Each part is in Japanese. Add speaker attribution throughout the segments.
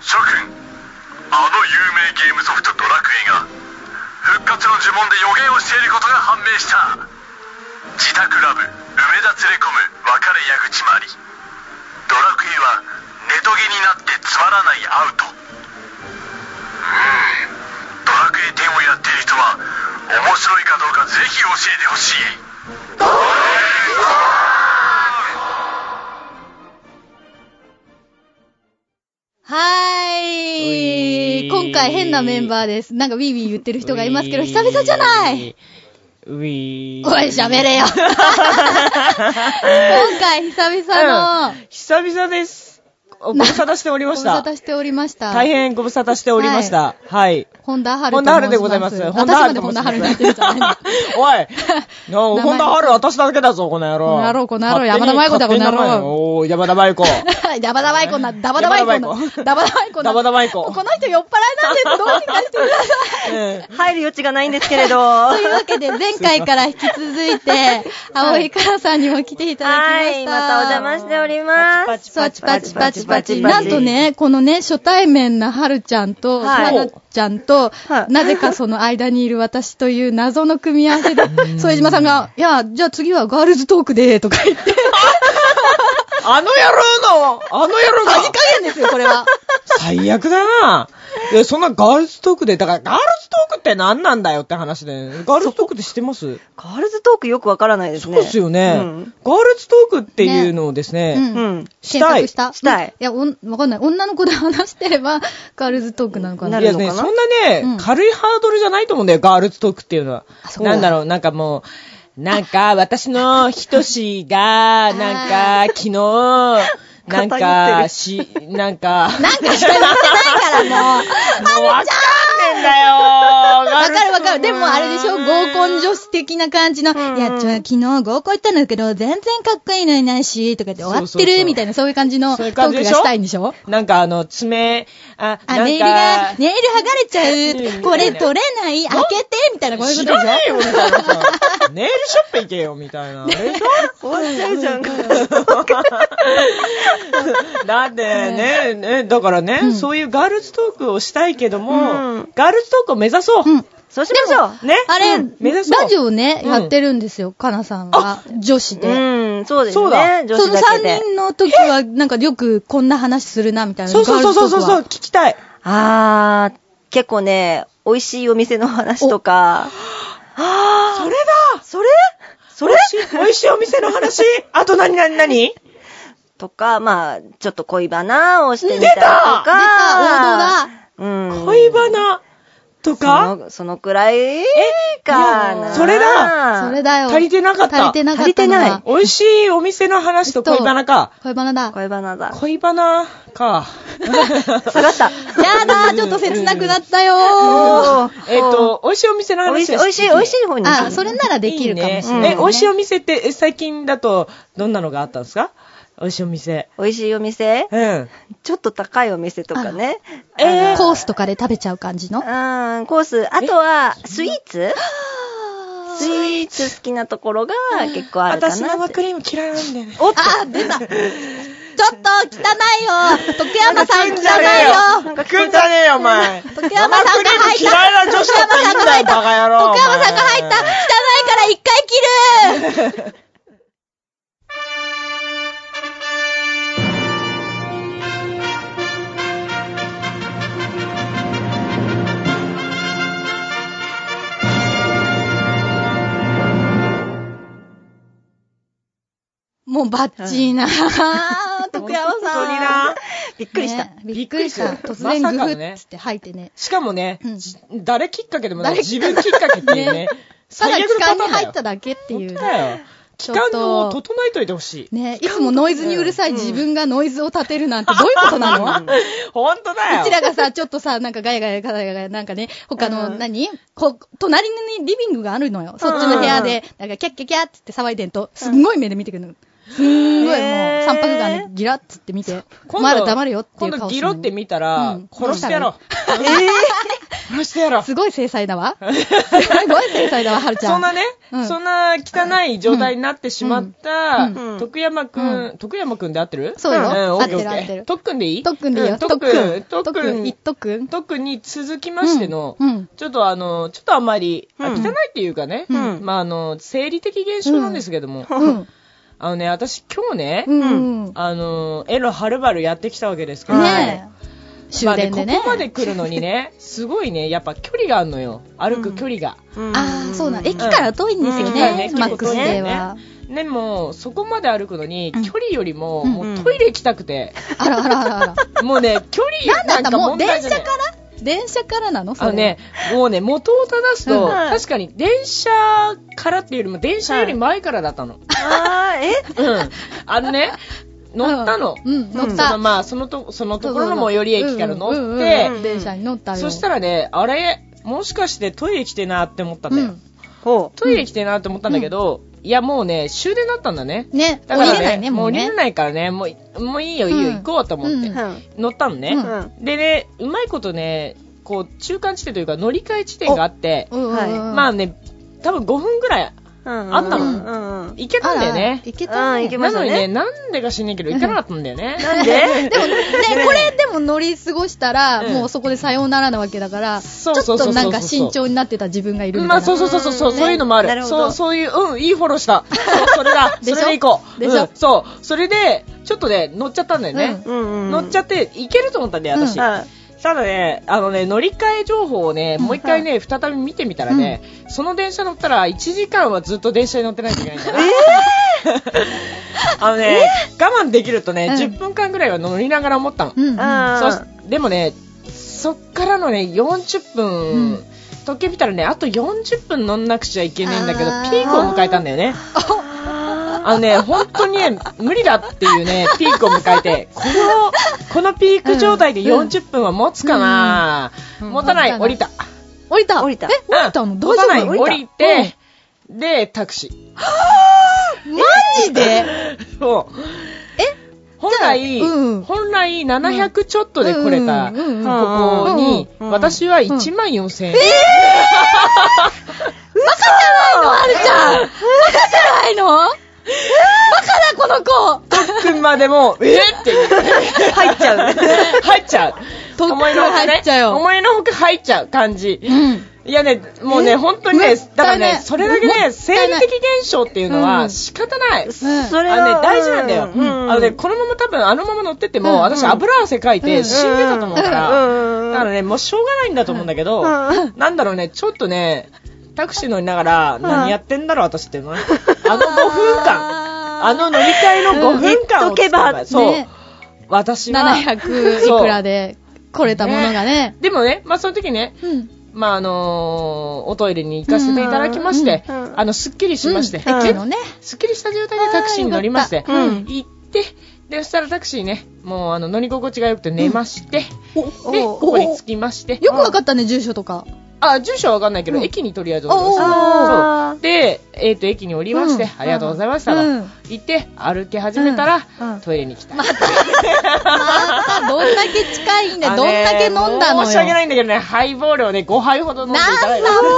Speaker 1: 諸君あの有名ゲームソフトドラクエが復活の呪文で予言をしていることが判明した自宅ラブ梅田連れ込む別れ矢口まりドラクエはネトゲになってつまらないアウトうーんドラクエ10をやっている人は面白いかどうかぜひ教えてほしい
Speaker 2: はー
Speaker 3: う
Speaker 2: い。
Speaker 3: い
Speaker 2: 今回変なメンバーです。なんかウィーウィー言ってる人がいますけど、久々じゃない
Speaker 3: ウィー
Speaker 2: おい、喋 れよ今回久々の、
Speaker 3: 久々です。ご無沙汰しており
Speaker 2: ご
Speaker 3: ま
Speaker 2: 無
Speaker 3: し
Speaker 2: 沙
Speaker 3: た。
Speaker 2: 汰しておりました。
Speaker 3: 大。変ご無沙汰しておりました。はい。
Speaker 2: 本田春
Speaker 3: 本田春でございます。
Speaker 2: 本
Speaker 3: 本
Speaker 2: 田
Speaker 3: 田
Speaker 2: 春で
Speaker 3: 春で
Speaker 2: 本
Speaker 3: ご
Speaker 2: 田
Speaker 3: ざ
Speaker 2: 春に
Speaker 3: いま
Speaker 2: なっ
Speaker 3: す
Speaker 2: てるじゃないの
Speaker 3: おい、な
Speaker 2: 名
Speaker 3: お
Speaker 2: 前
Speaker 3: 本田春私だけだぞ、この野郎。
Speaker 2: この野郎この野郎山田麻衣子だ
Speaker 3: 勝手に
Speaker 2: この野郎
Speaker 3: 勝手に名前をおー、山田麻衣子。
Speaker 2: ダバダバイコンな、ダバダバイコンな、ダバダバイコンな。
Speaker 3: ダバダバイコ
Speaker 2: この人酔っ払いなんで、どうにかしてください。
Speaker 3: うん
Speaker 4: 入る余地がないんですけれど。
Speaker 2: というわけで、前回から引き続 いて、青井からさんにも来ていただき
Speaker 4: は
Speaker 2: まし
Speaker 4: い、
Speaker 2: た。
Speaker 4: またお邪魔しておりま
Speaker 3: パ
Speaker 4: す。
Speaker 3: チ
Speaker 2: そう
Speaker 3: パ
Speaker 2: パチ
Speaker 3: チ
Speaker 2: パ
Speaker 3: パ
Speaker 2: チ
Speaker 3: チ
Speaker 2: パチパ
Speaker 3: パチパ
Speaker 2: チ。
Speaker 3: チ
Speaker 2: なんとね、このね、初対面なはるちゃんと、は
Speaker 4: はい
Speaker 2: なちゃんと、なぜかその間にいる私という謎の組み合わせで、副島さんが、いや、じゃあ次はガールズトークで、とか言って、
Speaker 3: あの野郎の、あの野郎
Speaker 2: さ
Speaker 3: が
Speaker 2: じ加減ですよ、これは。
Speaker 3: 最悪だな。え、そんなガールズトークで、だからガールズトークって何なんだよって話で、ガールズトークって知ってます
Speaker 4: ガールズトークよくわからないです
Speaker 3: そう
Speaker 4: ね。
Speaker 3: ですよね、
Speaker 4: うん
Speaker 3: ガールズトークっていうのをです
Speaker 2: ね
Speaker 3: ね、
Speaker 2: うん
Speaker 4: うん。
Speaker 3: したい。
Speaker 2: 検索した。
Speaker 4: したい
Speaker 2: いや、おんわかんない。女の子で話してれば、ガールズトークなのかな。
Speaker 4: な
Speaker 3: や
Speaker 4: るのか
Speaker 3: ね、そんなね、
Speaker 2: うん
Speaker 3: 軽いハードルじゃないと思うんだよ、ガールズトークっていうのは
Speaker 2: あそ。う
Speaker 3: なんだろう、なんかもう、なんか、私のひとし が、なんか、昨日、なん
Speaker 4: 偏って
Speaker 3: か、
Speaker 4: る
Speaker 3: し、なんか、も
Speaker 2: なんかしてないから、もう。
Speaker 3: うわかんねえんだよ
Speaker 2: わかるわかる。でもあれでしょ合コン女子的な感じの、いや、ちょ、昨日合コン行ったんだけど、全然かっこいいのいないし、とかって終わっ
Speaker 3: そう
Speaker 2: て
Speaker 3: そうそ
Speaker 2: る
Speaker 3: う
Speaker 2: みたいな、そういう感じのト
Speaker 3: そう
Speaker 2: ー
Speaker 3: いう
Speaker 2: クが
Speaker 3: 感じでしょ
Speaker 2: したいんでしょ
Speaker 3: なんかあの、爪、あ、なん
Speaker 2: あ、
Speaker 3: か、
Speaker 2: ネイルが、ネイル剥がれち
Speaker 3: う
Speaker 2: ゃう、
Speaker 3: ん
Speaker 2: これ取れない、開けて、みたいな、こういうこ
Speaker 3: 知
Speaker 2: とで
Speaker 3: ら
Speaker 2: し
Speaker 3: ねえ
Speaker 2: ょ
Speaker 3: よ、みたいなさ。ネイルショップ行けよ、みた いな。あれでしょ
Speaker 4: 終わっちゃうじゃん。
Speaker 3: だってね、 ね、だからね、
Speaker 2: うん
Speaker 3: そういうガールズトークをしたいけども、
Speaker 4: うん
Speaker 3: ガールズトークを目指そう。
Speaker 2: うん。
Speaker 4: そうしましょう。
Speaker 3: ね。
Speaker 2: あれ、
Speaker 3: うん目指そう。
Speaker 2: ラジオね、
Speaker 3: うん
Speaker 2: やってるんですよ、かなさんは。女子で。
Speaker 4: うん、そうです
Speaker 3: そうだ
Speaker 4: ね。女
Speaker 2: そ
Speaker 4: 子
Speaker 2: の
Speaker 4: だけで
Speaker 2: 3。人の時は、なんかよくこんな話するな、みたいな。
Speaker 3: そうそうそうそうそ
Speaker 2: ガール
Speaker 3: う
Speaker 2: ズトークは
Speaker 3: 聞きたい。
Speaker 4: あー、結構ね、美味しいお店の話とか。あ
Speaker 3: それ
Speaker 4: ー、それそれ
Speaker 3: だ美味しいお店の話あと何何何
Speaker 4: とか、まあ、ちょっと恋バナをしてみたり
Speaker 3: 出
Speaker 4: と
Speaker 3: た
Speaker 4: か。
Speaker 2: 出
Speaker 4: 王道うん。
Speaker 3: 恋バナと
Speaker 4: そ
Speaker 3: か
Speaker 4: の、そのくらいか
Speaker 3: い
Speaker 4: な。
Speaker 3: やそれだ
Speaker 2: それだよ。
Speaker 3: 足りてなかった
Speaker 2: 足りてなかった。
Speaker 4: 足りてない
Speaker 3: 美味しいお店の話と恋バナか。
Speaker 2: 恋バナだ。
Speaker 4: 恋バナだ。
Speaker 3: 恋バナ か。
Speaker 4: 探した。
Speaker 2: やだ、ちょっと切なくなったよ
Speaker 4: おー
Speaker 3: えっ、、と、美味しいお店の
Speaker 4: おい
Speaker 3: 話
Speaker 4: しい、
Speaker 3: は
Speaker 4: おいしい、おいしい方に。
Speaker 2: あ、それならできるかもしれない、
Speaker 4: いいね
Speaker 3: え、美味しいお店って、え最近だと、どんなのがあったんですか美味しいお店。
Speaker 4: 美味しいお店
Speaker 3: うん。
Speaker 4: ちょっと高いお店とかね。
Speaker 3: あえ
Speaker 2: コースとかで食べちゃう感じの。
Speaker 4: あうん、コース。あとは、スイーツスイーツ好きなところが結構あるかなっ
Speaker 3: 私
Speaker 4: て。
Speaker 3: 生クリーム嫌いなんだよね。
Speaker 4: おっと
Speaker 2: あ、出た。ちょっと汚いよ徳山さん汚
Speaker 3: 食
Speaker 2: い
Speaker 3: んじゃねえ
Speaker 2: よ
Speaker 3: よ食んじゃねえよ、お 前。生ク
Speaker 2: 徳山さんが入った
Speaker 3: リーム嫌いな女子だっていいんだよ、バカ野郎。
Speaker 2: 徳山さんが入った汚い
Speaker 3: お前
Speaker 2: から一回切るもうバッチリな。徳山さん。
Speaker 3: 本当にな。
Speaker 4: びっくりした。
Speaker 2: ねびっくりした。
Speaker 3: びっくり
Speaker 2: 突
Speaker 3: した
Speaker 2: 然グ
Speaker 3: まさ
Speaker 2: フ
Speaker 3: かのね
Speaker 2: ッつって吐いてね。
Speaker 3: しかもね
Speaker 2: うん、
Speaker 3: じ誰きっかけでもない。
Speaker 2: 誰き
Speaker 3: 自分きっかけってい
Speaker 2: ね
Speaker 3: うね。
Speaker 2: ただ
Speaker 3: 最悪
Speaker 2: 期
Speaker 3: のパ
Speaker 2: 間に
Speaker 3: ターンだ
Speaker 2: 入
Speaker 3: よ。
Speaker 2: っただけってい
Speaker 3: 本
Speaker 2: う
Speaker 3: 当
Speaker 2: ね。
Speaker 3: だよ。
Speaker 2: ち
Speaker 3: 期
Speaker 2: ょっと
Speaker 3: 間を整えといてほしい。
Speaker 2: ね、いつもノイズにうるさい自分がノイズを立てるなんてどういうことなのう
Speaker 3: 本当だよ。
Speaker 2: ちらがさ、ちょっとさ、なんかガヤガヤガヤガヤ、なんかね、他の
Speaker 4: うん
Speaker 2: 何、こ隣にリビングがあるのよ。そっちの部屋で、なんかキャッキャキャッつって騒いでんと、すんごい目で見てくるの。すんごいもう、
Speaker 4: へー
Speaker 2: 三拍がね、ギラッつって見て、お
Speaker 3: 今度
Speaker 2: 前ら黙るよっていう
Speaker 3: 今
Speaker 2: 顔
Speaker 3: 度
Speaker 2: す
Speaker 3: ギ
Speaker 2: るの
Speaker 3: ロって見たら、
Speaker 2: うん
Speaker 3: 殺してやろう。
Speaker 4: え
Speaker 3: 殺してやろう。
Speaker 2: すごい精細だわ。すごい精細だわ、はるちゃん。
Speaker 3: そんなね、
Speaker 2: うん
Speaker 3: そんな汚い状態になってしまった、
Speaker 2: うん
Speaker 4: うん
Speaker 3: 徳山くん、徳山くんで合ってる
Speaker 2: そうよ
Speaker 3: ん
Speaker 2: 合ってる
Speaker 3: オッケーオッケー
Speaker 2: 合ってる
Speaker 3: 特訓でいい
Speaker 2: 特訓でいい
Speaker 3: うん
Speaker 2: よ。
Speaker 3: 特訓、特
Speaker 2: 特訓。
Speaker 3: 訓
Speaker 2: 一、特訓。
Speaker 3: 特訓に続きましての、
Speaker 2: うんうん
Speaker 3: ちょっとあの、ちょっとあんまり、あ
Speaker 4: うん
Speaker 3: 汚いっていうかね、
Speaker 4: うん
Speaker 3: まああの、生理的現象なんですけども、
Speaker 2: うん。
Speaker 3: あのね、私今日ね、
Speaker 2: うん。ね
Speaker 3: あの、エロはるばるやってきたわけですけど、
Speaker 2: え。終電で
Speaker 3: まあ
Speaker 2: ね。
Speaker 3: ここまで来るのにね、すごいね、やっぱ距離があるのよ。歩く距離が。
Speaker 2: ああ、そうなん。駅
Speaker 4: え
Speaker 2: から遠いんですよね、
Speaker 3: うん
Speaker 2: マックスでは。
Speaker 3: でも、そこまで歩くのに、距離よりも、
Speaker 4: うん
Speaker 3: もうトイレ行きたくて、
Speaker 2: あらあらあらあら。
Speaker 3: も うね、距離
Speaker 2: なんだ
Speaker 3: か
Speaker 2: もう
Speaker 3: 問題
Speaker 2: 電
Speaker 3: じ
Speaker 2: 車
Speaker 3: ゃ
Speaker 2: か
Speaker 3: な
Speaker 2: ら
Speaker 3: い
Speaker 2: 電車からなのそれ
Speaker 3: あのね、もうね、元を正すと、
Speaker 2: うん
Speaker 3: 確かに電車からっていうよりも、電車より前からだっ たの。
Speaker 4: あー、え
Speaker 3: うん。あのね、乗ったの。
Speaker 2: うん、乗っ
Speaker 3: その
Speaker 2: た。
Speaker 3: まあ、そのと、そのところの最寄り駅から乗って、
Speaker 2: うんうんうん
Speaker 4: う
Speaker 2: 電車に乗ったよ。
Speaker 3: そした
Speaker 2: ら、
Speaker 3: らね、あれ、もしかしてトイレ来てなって思ったんだよ。
Speaker 2: うん
Speaker 4: ほ
Speaker 3: トイレ来てなって思ったんだけど、いや、もうね、終電だったんだね。
Speaker 2: ね、
Speaker 3: だ
Speaker 2: 降
Speaker 3: から
Speaker 2: りれないね、も
Speaker 3: もう
Speaker 2: う
Speaker 3: 降り
Speaker 2: ね
Speaker 3: れ。ないからね、もう、もういいよ、いいよ、
Speaker 2: うん
Speaker 3: 行こうと思って
Speaker 4: う。
Speaker 2: う
Speaker 4: うんん。
Speaker 3: 乗ったのね、でね、うまいことね、こう、中間地点というか乗り換え地点があって、
Speaker 2: うんうんうん
Speaker 3: まあね、多分5分ぐらい
Speaker 4: うん
Speaker 3: あった
Speaker 2: の
Speaker 4: うんうん。
Speaker 3: 行けたんだよ
Speaker 2: あら
Speaker 3: ね。
Speaker 2: いけた
Speaker 4: うん
Speaker 2: ね。
Speaker 4: いけま
Speaker 3: な
Speaker 4: した
Speaker 3: の
Speaker 4: ね
Speaker 3: にね、なんでか知んないけど、行かなかったんだよね。
Speaker 4: なんで
Speaker 2: でもね、これでも乗り過ごしたら、
Speaker 3: うん
Speaker 2: もうそこでさようならなわけだから、ち
Speaker 3: そ
Speaker 2: ょ
Speaker 3: う
Speaker 2: っ
Speaker 3: そうそうそう
Speaker 2: となんか慎重になってた自分がいるみたい
Speaker 3: まあ、
Speaker 2: な。
Speaker 3: そうそうそうそう、
Speaker 4: うん
Speaker 3: そういうのもある。
Speaker 4: なるほど
Speaker 3: そう、そういう、うん、いいフォローした。そう、それだ。そ
Speaker 2: でしょ
Speaker 3: れで行こう。
Speaker 2: でしょ
Speaker 3: うんそう、それで、ちょっとね、乗っちゃったんだよね。
Speaker 4: うんうん。
Speaker 3: 乗っちゃ
Speaker 4: っ
Speaker 3: って、行けると思ったんだよ、私。
Speaker 2: うん
Speaker 4: た。
Speaker 3: ただね、あのね、乗り換え情報をね、もう一回ね、再び見てみたらね、その電車乗ったら、1時間はずっと電車に乗ってないといけないんだな。 あのね、我慢できるとね、
Speaker 2: うん
Speaker 3: 10分間ぐらいは乗りながら思ったの。
Speaker 2: うんうん。
Speaker 4: あ
Speaker 3: そしでもね、そっからのね、40分、
Speaker 2: うん
Speaker 3: 時計見たらね、あと40分乗んなくちゃいけないんだけど
Speaker 2: あー、
Speaker 3: ピークを迎えたんだよね。
Speaker 4: あ
Speaker 3: あのね、本当にね、無理だっていうね、ピークを迎えて、この、このピーク状態で40分は持つかな、
Speaker 2: ん
Speaker 3: 持たな
Speaker 2: う
Speaker 3: い、
Speaker 2: ん
Speaker 3: 降りた。
Speaker 2: 降りた
Speaker 4: 降りた
Speaker 2: え、降りたの
Speaker 3: うん
Speaker 2: 大丈夫
Speaker 3: 持たない、
Speaker 2: なの
Speaker 3: 降りて、で、タクシー。
Speaker 2: マジで
Speaker 3: そう。え本来、
Speaker 2: じゃあうん
Speaker 3: 本来700ちょっとで来れ
Speaker 2: う
Speaker 3: た、
Speaker 2: んうんうん
Speaker 4: う
Speaker 3: こ
Speaker 4: ん
Speaker 3: こに、
Speaker 4: うんうん
Speaker 3: 私は1万4000円。
Speaker 2: あるちゃんバカじゃないのバカだこの子
Speaker 3: 特訓までも、えーっていう。入っちゃう。入っちゃう。
Speaker 2: 特訓入っちゃうよ
Speaker 3: 思いのほか入っちゃう感じ。
Speaker 2: うん。
Speaker 3: いやね、もうね、本当に
Speaker 2: も
Speaker 3: ね、
Speaker 2: ったいない
Speaker 3: だからね、それだけ
Speaker 2: もったいな
Speaker 3: ね、
Speaker 2: い
Speaker 3: 生理的現象っていうの
Speaker 2: う
Speaker 3: は
Speaker 2: ん
Speaker 3: 仕方ない。
Speaker 2: うん
Speaker 4: それ
Speaker 3: あ
Speaker 4: は
Speaker 3: のね、大事なんだよ。
Speaker 4: うんうん
Speaker 3: あのね、このまま多分あのまま乗ってって
Speaker 2: うん
Speaker 3: も、私油汗かい
Speaker 2: うん
Speaker 3: て死んでたと思うか
Speaker 4: う
Speaker 3: ら、
Speaker 4: んうん。
Speaker 3: だからね、もうしょうがないんだと思うんだけど、
Speaker 4: うん
Speaker 3: なんだろうね、ちょっとね、タクシー乗りながら、何やってんだろう、私っていうのね。あの5分間、あの乗り換えの5分間を使え
Speaker 4: うん言っとけば
Speaker 3: そう、
Speaker 2: ね
Speaker 3: 私は。
Speaker 2: 700い
Speaker 3: そう
Speaker 2: くらで来れたものがね。
Speaker 3: でもね、まあその時ね、
Speaker 2: うん。
Speaker 3: まああのーおトイレに行かせていただきまして、
Speaker 4: うんうん
Speaker 3: あの、すっきりしまして、
Speaker 2: うん駅のね。
Speaker 3: すっきりした状態でタクシーに乗りまして、
Speaker 4: あーよかった
Speaker 3: 行って、で、そしたらタクシーね、もうあの乗り心地が良くて寝まして、で、
Speaker 4: お
Speaker 3: ここに着きまして、
Speaker 2: よくわかったね、住所とか。
Speaker 3: あ、住所はわかんないけど、駅にとりあえず降り
Speaker 2: おー
Speaker 3: ま
Speaker 4: あ
Speaker 3: す。で、えっ、と、駅に降りまして、
Speaker 2: うん
Speaker 3: ありがとうございましたと、
Speaker 2: うん
Speaker 3: 行って、歩き始めたら、
Speaker 4: うんうん
Speaker 3: トイレに来た。
Speaker 2: あ ーどんだけ近いんだよ、
Speaker 3: あ
Speaker 2: どん
Speaker 3: ね
Speaker 2: だけ飲んだのよ。
Speaker 3: 申し訳ないんだけどね、ハイボールをね、5杯ほど飲んでいただ
Speaker 2: ないん
Speaker 3: て。
Speaker 2: だも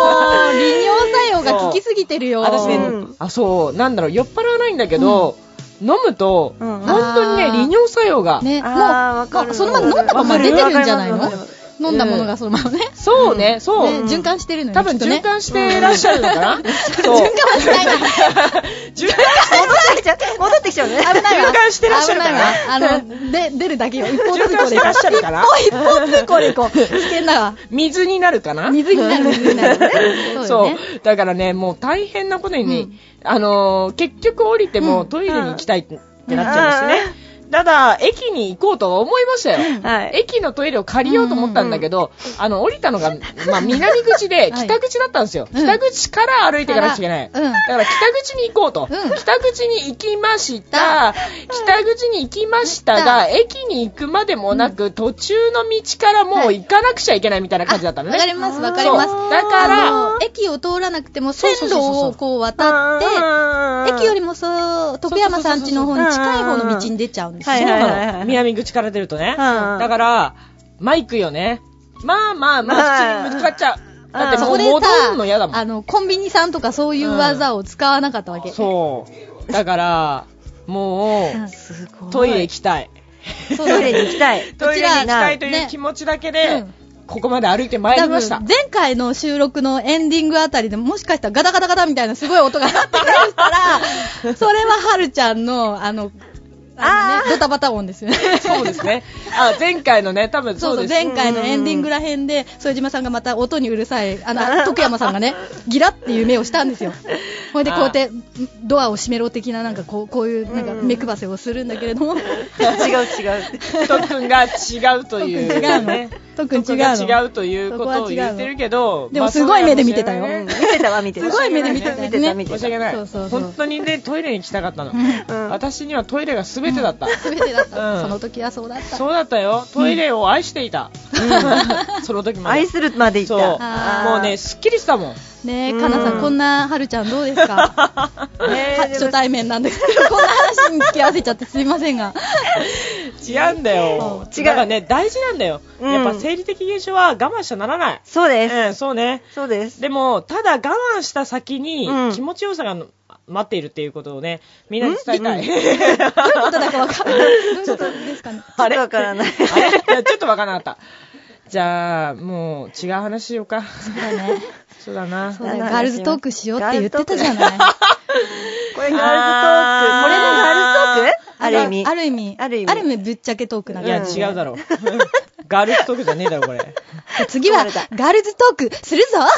Speaker 2: う、利尿作用が効きすぎてるよ。
Speaker 3: 私ね、
Speaker 4: うん
Speaker 3: あ、そう、なんだろう、酔っ払わないんだけど、飲むと、
Speaker 4: うん
Speaker 3: 本当にね、
Speaker 2: あー
Speaker 3: 利尿作用が。
Speaker 2: ね、もう、
Speaker 4: あーわかる
Speaker 2: まあそのまま飲んだまま出てるんじゃない
Speaker 4: わ
Speaker 2: の
Speaker 4: かるわか
Speaker 2: 飲んだものがそのままね。
Speaker 3: そうね、そう、
Speaker 2: ね循環してるのよ。
Speaker 3: 多分
Speaker 2: きっとね
Speaker 3: 循 環してらっしゃるのかな、そう。
Speaker 2: 循環はしないわ。
Speaker 3: 循環
Speaker 4: 戻ってきちゃう。戻ってきちゃうね。
Speaker 2: 危ないわ。
Speaker 3: 循環してらっしゃるから
Speaker 2: 危ないわあの、で、出るだけよ。一方
Speaker 3: 循
Speaker 2: 通
Speaker 3: 環
Speaker 2: 行
Speaker 3: し
Speaker 2: で行
Speaker 3: てら
Speaker 2: こ
Speaker 3: っしゃるか な
Speaker 2: う。一方通行で行こう。危険だわ。
Speaker 3: 水になるかな
Speaker 2: 水になる、水になるね。
Speaker 3: そ
Speaker 2: よ
Speaker 3: う,、
Speaker 2: ね。
Speaker 3: だからね、もう大変なことにね、
Speaker 2: うん
Speaker 3: あのー結局降りてもトイレに行きたいってなっちゃうんですね。ただ、駅に行こうとは思いましたよ。
Speaker 4: はい
Speaker 3: 駅のトイレを借りようと思ったんだけど、あの、降りたのが、まあ、南口で、
Speaker 2: はい
Speaker 3: 北口だったんですよ、
Speaker 2: うん
Speaker 3: 北口から歩いていかなくちゃいけない。
Speaker 2: うん
Speaker 3: だから、北口に行こうと。
Speaker 2: うん
Speaker 3: 北口に行きました。北口に行きましたが、駅に行くまでもなく、途中の道からもう行かなくちゃいけないみたいな感じだったのね。
Speaker 2: わかります、わかります
Speaker 3: そう。だから
Speaker 2: あの駅を通らなくても線路をこう渡って、駅よりもそう、徳山さん家の方に近い方の道に出ちゃうんです
Speaker 4: はい
Speaker 2: よ。
Speaker 3: そう
Speaker 4: はい
Speaker 3: なの
Speaker 4: はいはい
Speaker 3: 南口から出るとね。
Speaker 4: うん
Speaker 3: だから、マイクよね。まあまあまあ、普通に向かっちゃう。だって
Speaker 2: そ
Speaker 3: も
Speaker 2: こ
Speaker 3: う
Speaker 2: でさ
Speaker 3: 戻るの嫌だも
Speaker 2: あ
Speaker 3: ん。
Speaker 2: の、コンビニさんとかそういう技を使わなかったわけ。
Speaker 3: そう。だから、も
Speaker 2: うん
Speaker 3: う、
Speaker 4: すごい。
Speaker 3: トイレ行きたい。
Speaker 2: そう
Speaker 4: トイ レに行きたい。
Speaker 3: トイレに行きたいという
Speaker 2: ね
Speaker 3: 気持ちだけ
Speaker 2: う
Speaker 3: で
Speaker 2: ん、
Speaker 3: ここまで歩いてまいりました
Speaker 2: 多分。前回の収録のエンディングあたりでもしかしたらガタガタガタみたいなすごい音が鳴ってたりしたら、それははるちゃんの、あの、あのね、ドタバタ音ですよね。
Speaker 3: そうですね。あ、前回のね、多分
Speaker 2: そ
Speaker 3: そうう
Speaker 2: そう、
Speaker 3: です。
Speaker 2: 前回のエンディングらへんで、副島さんがまた音にうるさい、あの、 徳山さんがね、ギラっていう目をしたん ですよ。ほいで、こうやって、ドアを閉めろ的な、なんかこう、こういう、なんか、目配せをするんだけれ ども、
Speaker 4: 違う違う。
Speaker 3: とっくんが違うと
Speaker 2: 特に
Speaker 3: いう。
Speaker 2: 違うの。特に
Speaker 3: 特
Speaker 2: 違
Speaker 3: に違う
Speaker 2: うの。
Speaker 3: 違うということを言ってるけど、
Speaker 2: でも
Speaker 3: まあ
Speaker 2: すごい目で見てたよ
Speaker 3: そうな
Speaker 4: うんん
Speaker 3: で
Speaker 4: 見てたわ、見てた。
Speaker 2: すごい目で見てたよね
Speaker 4: 見てた、見
Speaker 3: 申
Speaker 4: て。
Speaker 3: した訳ない。
Speaker 2: そうそうそう
Speaker 3: 本当にね、トイレに行きたかったの。
Speaker 4: うん
Speaker 3: 私にはトイレが全てだった。
Speaker 2: すべてだっ
Speaker 3: うん
Speaker 2: た。その時はそうだった。
Speaker 3: そうだったよ。トイレを愛していた。その時まで。
Speaker 4: 愛するまで行
Speaker 3: そ
Speaker 4: っ
Speaker 3: う。
Speaker 4: た。
Speaker 2: あー
Speaker 3: もうね、すっきりしたもん。
Speaker 2: ねえ、かなさ
Speaker 4: うん
Speaker 2: ん、こんなはるちゃんどうです か
Speaker 4: ね
Speaker 2: は初対面なんですけど、こんな話に付き合わせちゃってすいませんが。
Speaker 3: 違うんだよ。
Speaker 4: 違う
Speaker 3: だからね、大事なんだよ。
Speaker 4: うん
Speaker 3: やっぱ生理的現象は我慢しちゃならない。
Speaker 4: そうで
Speaker 3: う
Speaker 4: す。
Speaker 3: ん、そうね。
Speaker 4: そうです。
Speaker 3: でも、ただ我慢した先に
Speaker 4: うん
Speaker 3: 気持ちよさが待っているっていうことをね、みんなに伝えた
Speaker 2: ど
Speaker 3: い。
Speaker 2: ういうことだかわかんない。どういうことですかね。
Speaker 4: あれわか らない。
Speaker 3: あれいやちょっとわからなかった。じゃあ、もう違う話しようか。
Speaker 2: そうだね。
Speaker 3: そうだな。
Speaker 2: そうだよガールズトークしようって言ってたじゃない。
Speaker 4: これガールズトーク。これもガールズトークある意味。
Speaker 2: ある意味。
Speaker 4: ある意味
Speaker 2: ぶっちゃけトークないん
Speaker 3: や、
Speaker 2: だ。
Speaker 3: 違うだろう。ガールズトークじゃねえだろ、これ。
Speaker 2: 次は、ガールズトークするぞ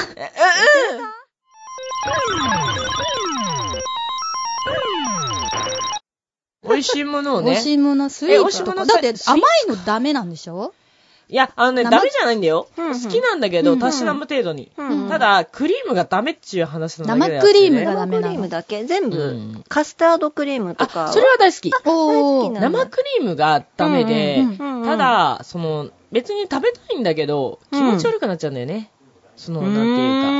Speaker 3: 美味しいものを
Speaker 2: 美
Speaker 3: ね
Speaker 2: 味。しいもの、スイ
Speaker 3: え美
Speaker 2: ー
Speaker 3: 味し
Speaker 2: ツ
Speaker 3: いも
Speaker 2: と
Speaker 3: の
Speaker 2: か。
Speaker 3: さ
Speaker 2: だって甘いのダメなんでしょ
Speaker 3: いや、あのね、
Speaker 2: 生
Speaker 3: ダメじゃないんだよ。
Speaker 4: うんうん
Speaker 3: 好きなんだけ
Speaker 2: う
Speaker 3: ど、
Speaker 2: んうん
Speaker 3: たしなむ程度に。
Speaker 4: うん
Speaker 3: ただ、クリームがダメっていう話なのだけであっ
Speaker 2: 生
Speaker 3: て
Speaker 2: ク
Speaker 3: ね
Speaker 2: リームが
Speaker 4: 生クリームだけ全
Speaker 3: う
Speaker 4: 部
Speaker 3: ん。
Speaker 4: カスタードクリームとか。
Speaker 3: あ、それは大好き。
Speaker 2: おー。
Speaker 4: なの
Speaker 3: 生クリームがダメで、
Speaker 2: うんうん
Speaker 4: うんうん
Speaker 3: ただ、その、別に食べたいんだけど、気持ち悪くなっちゃうんだよね。その、なんていうか。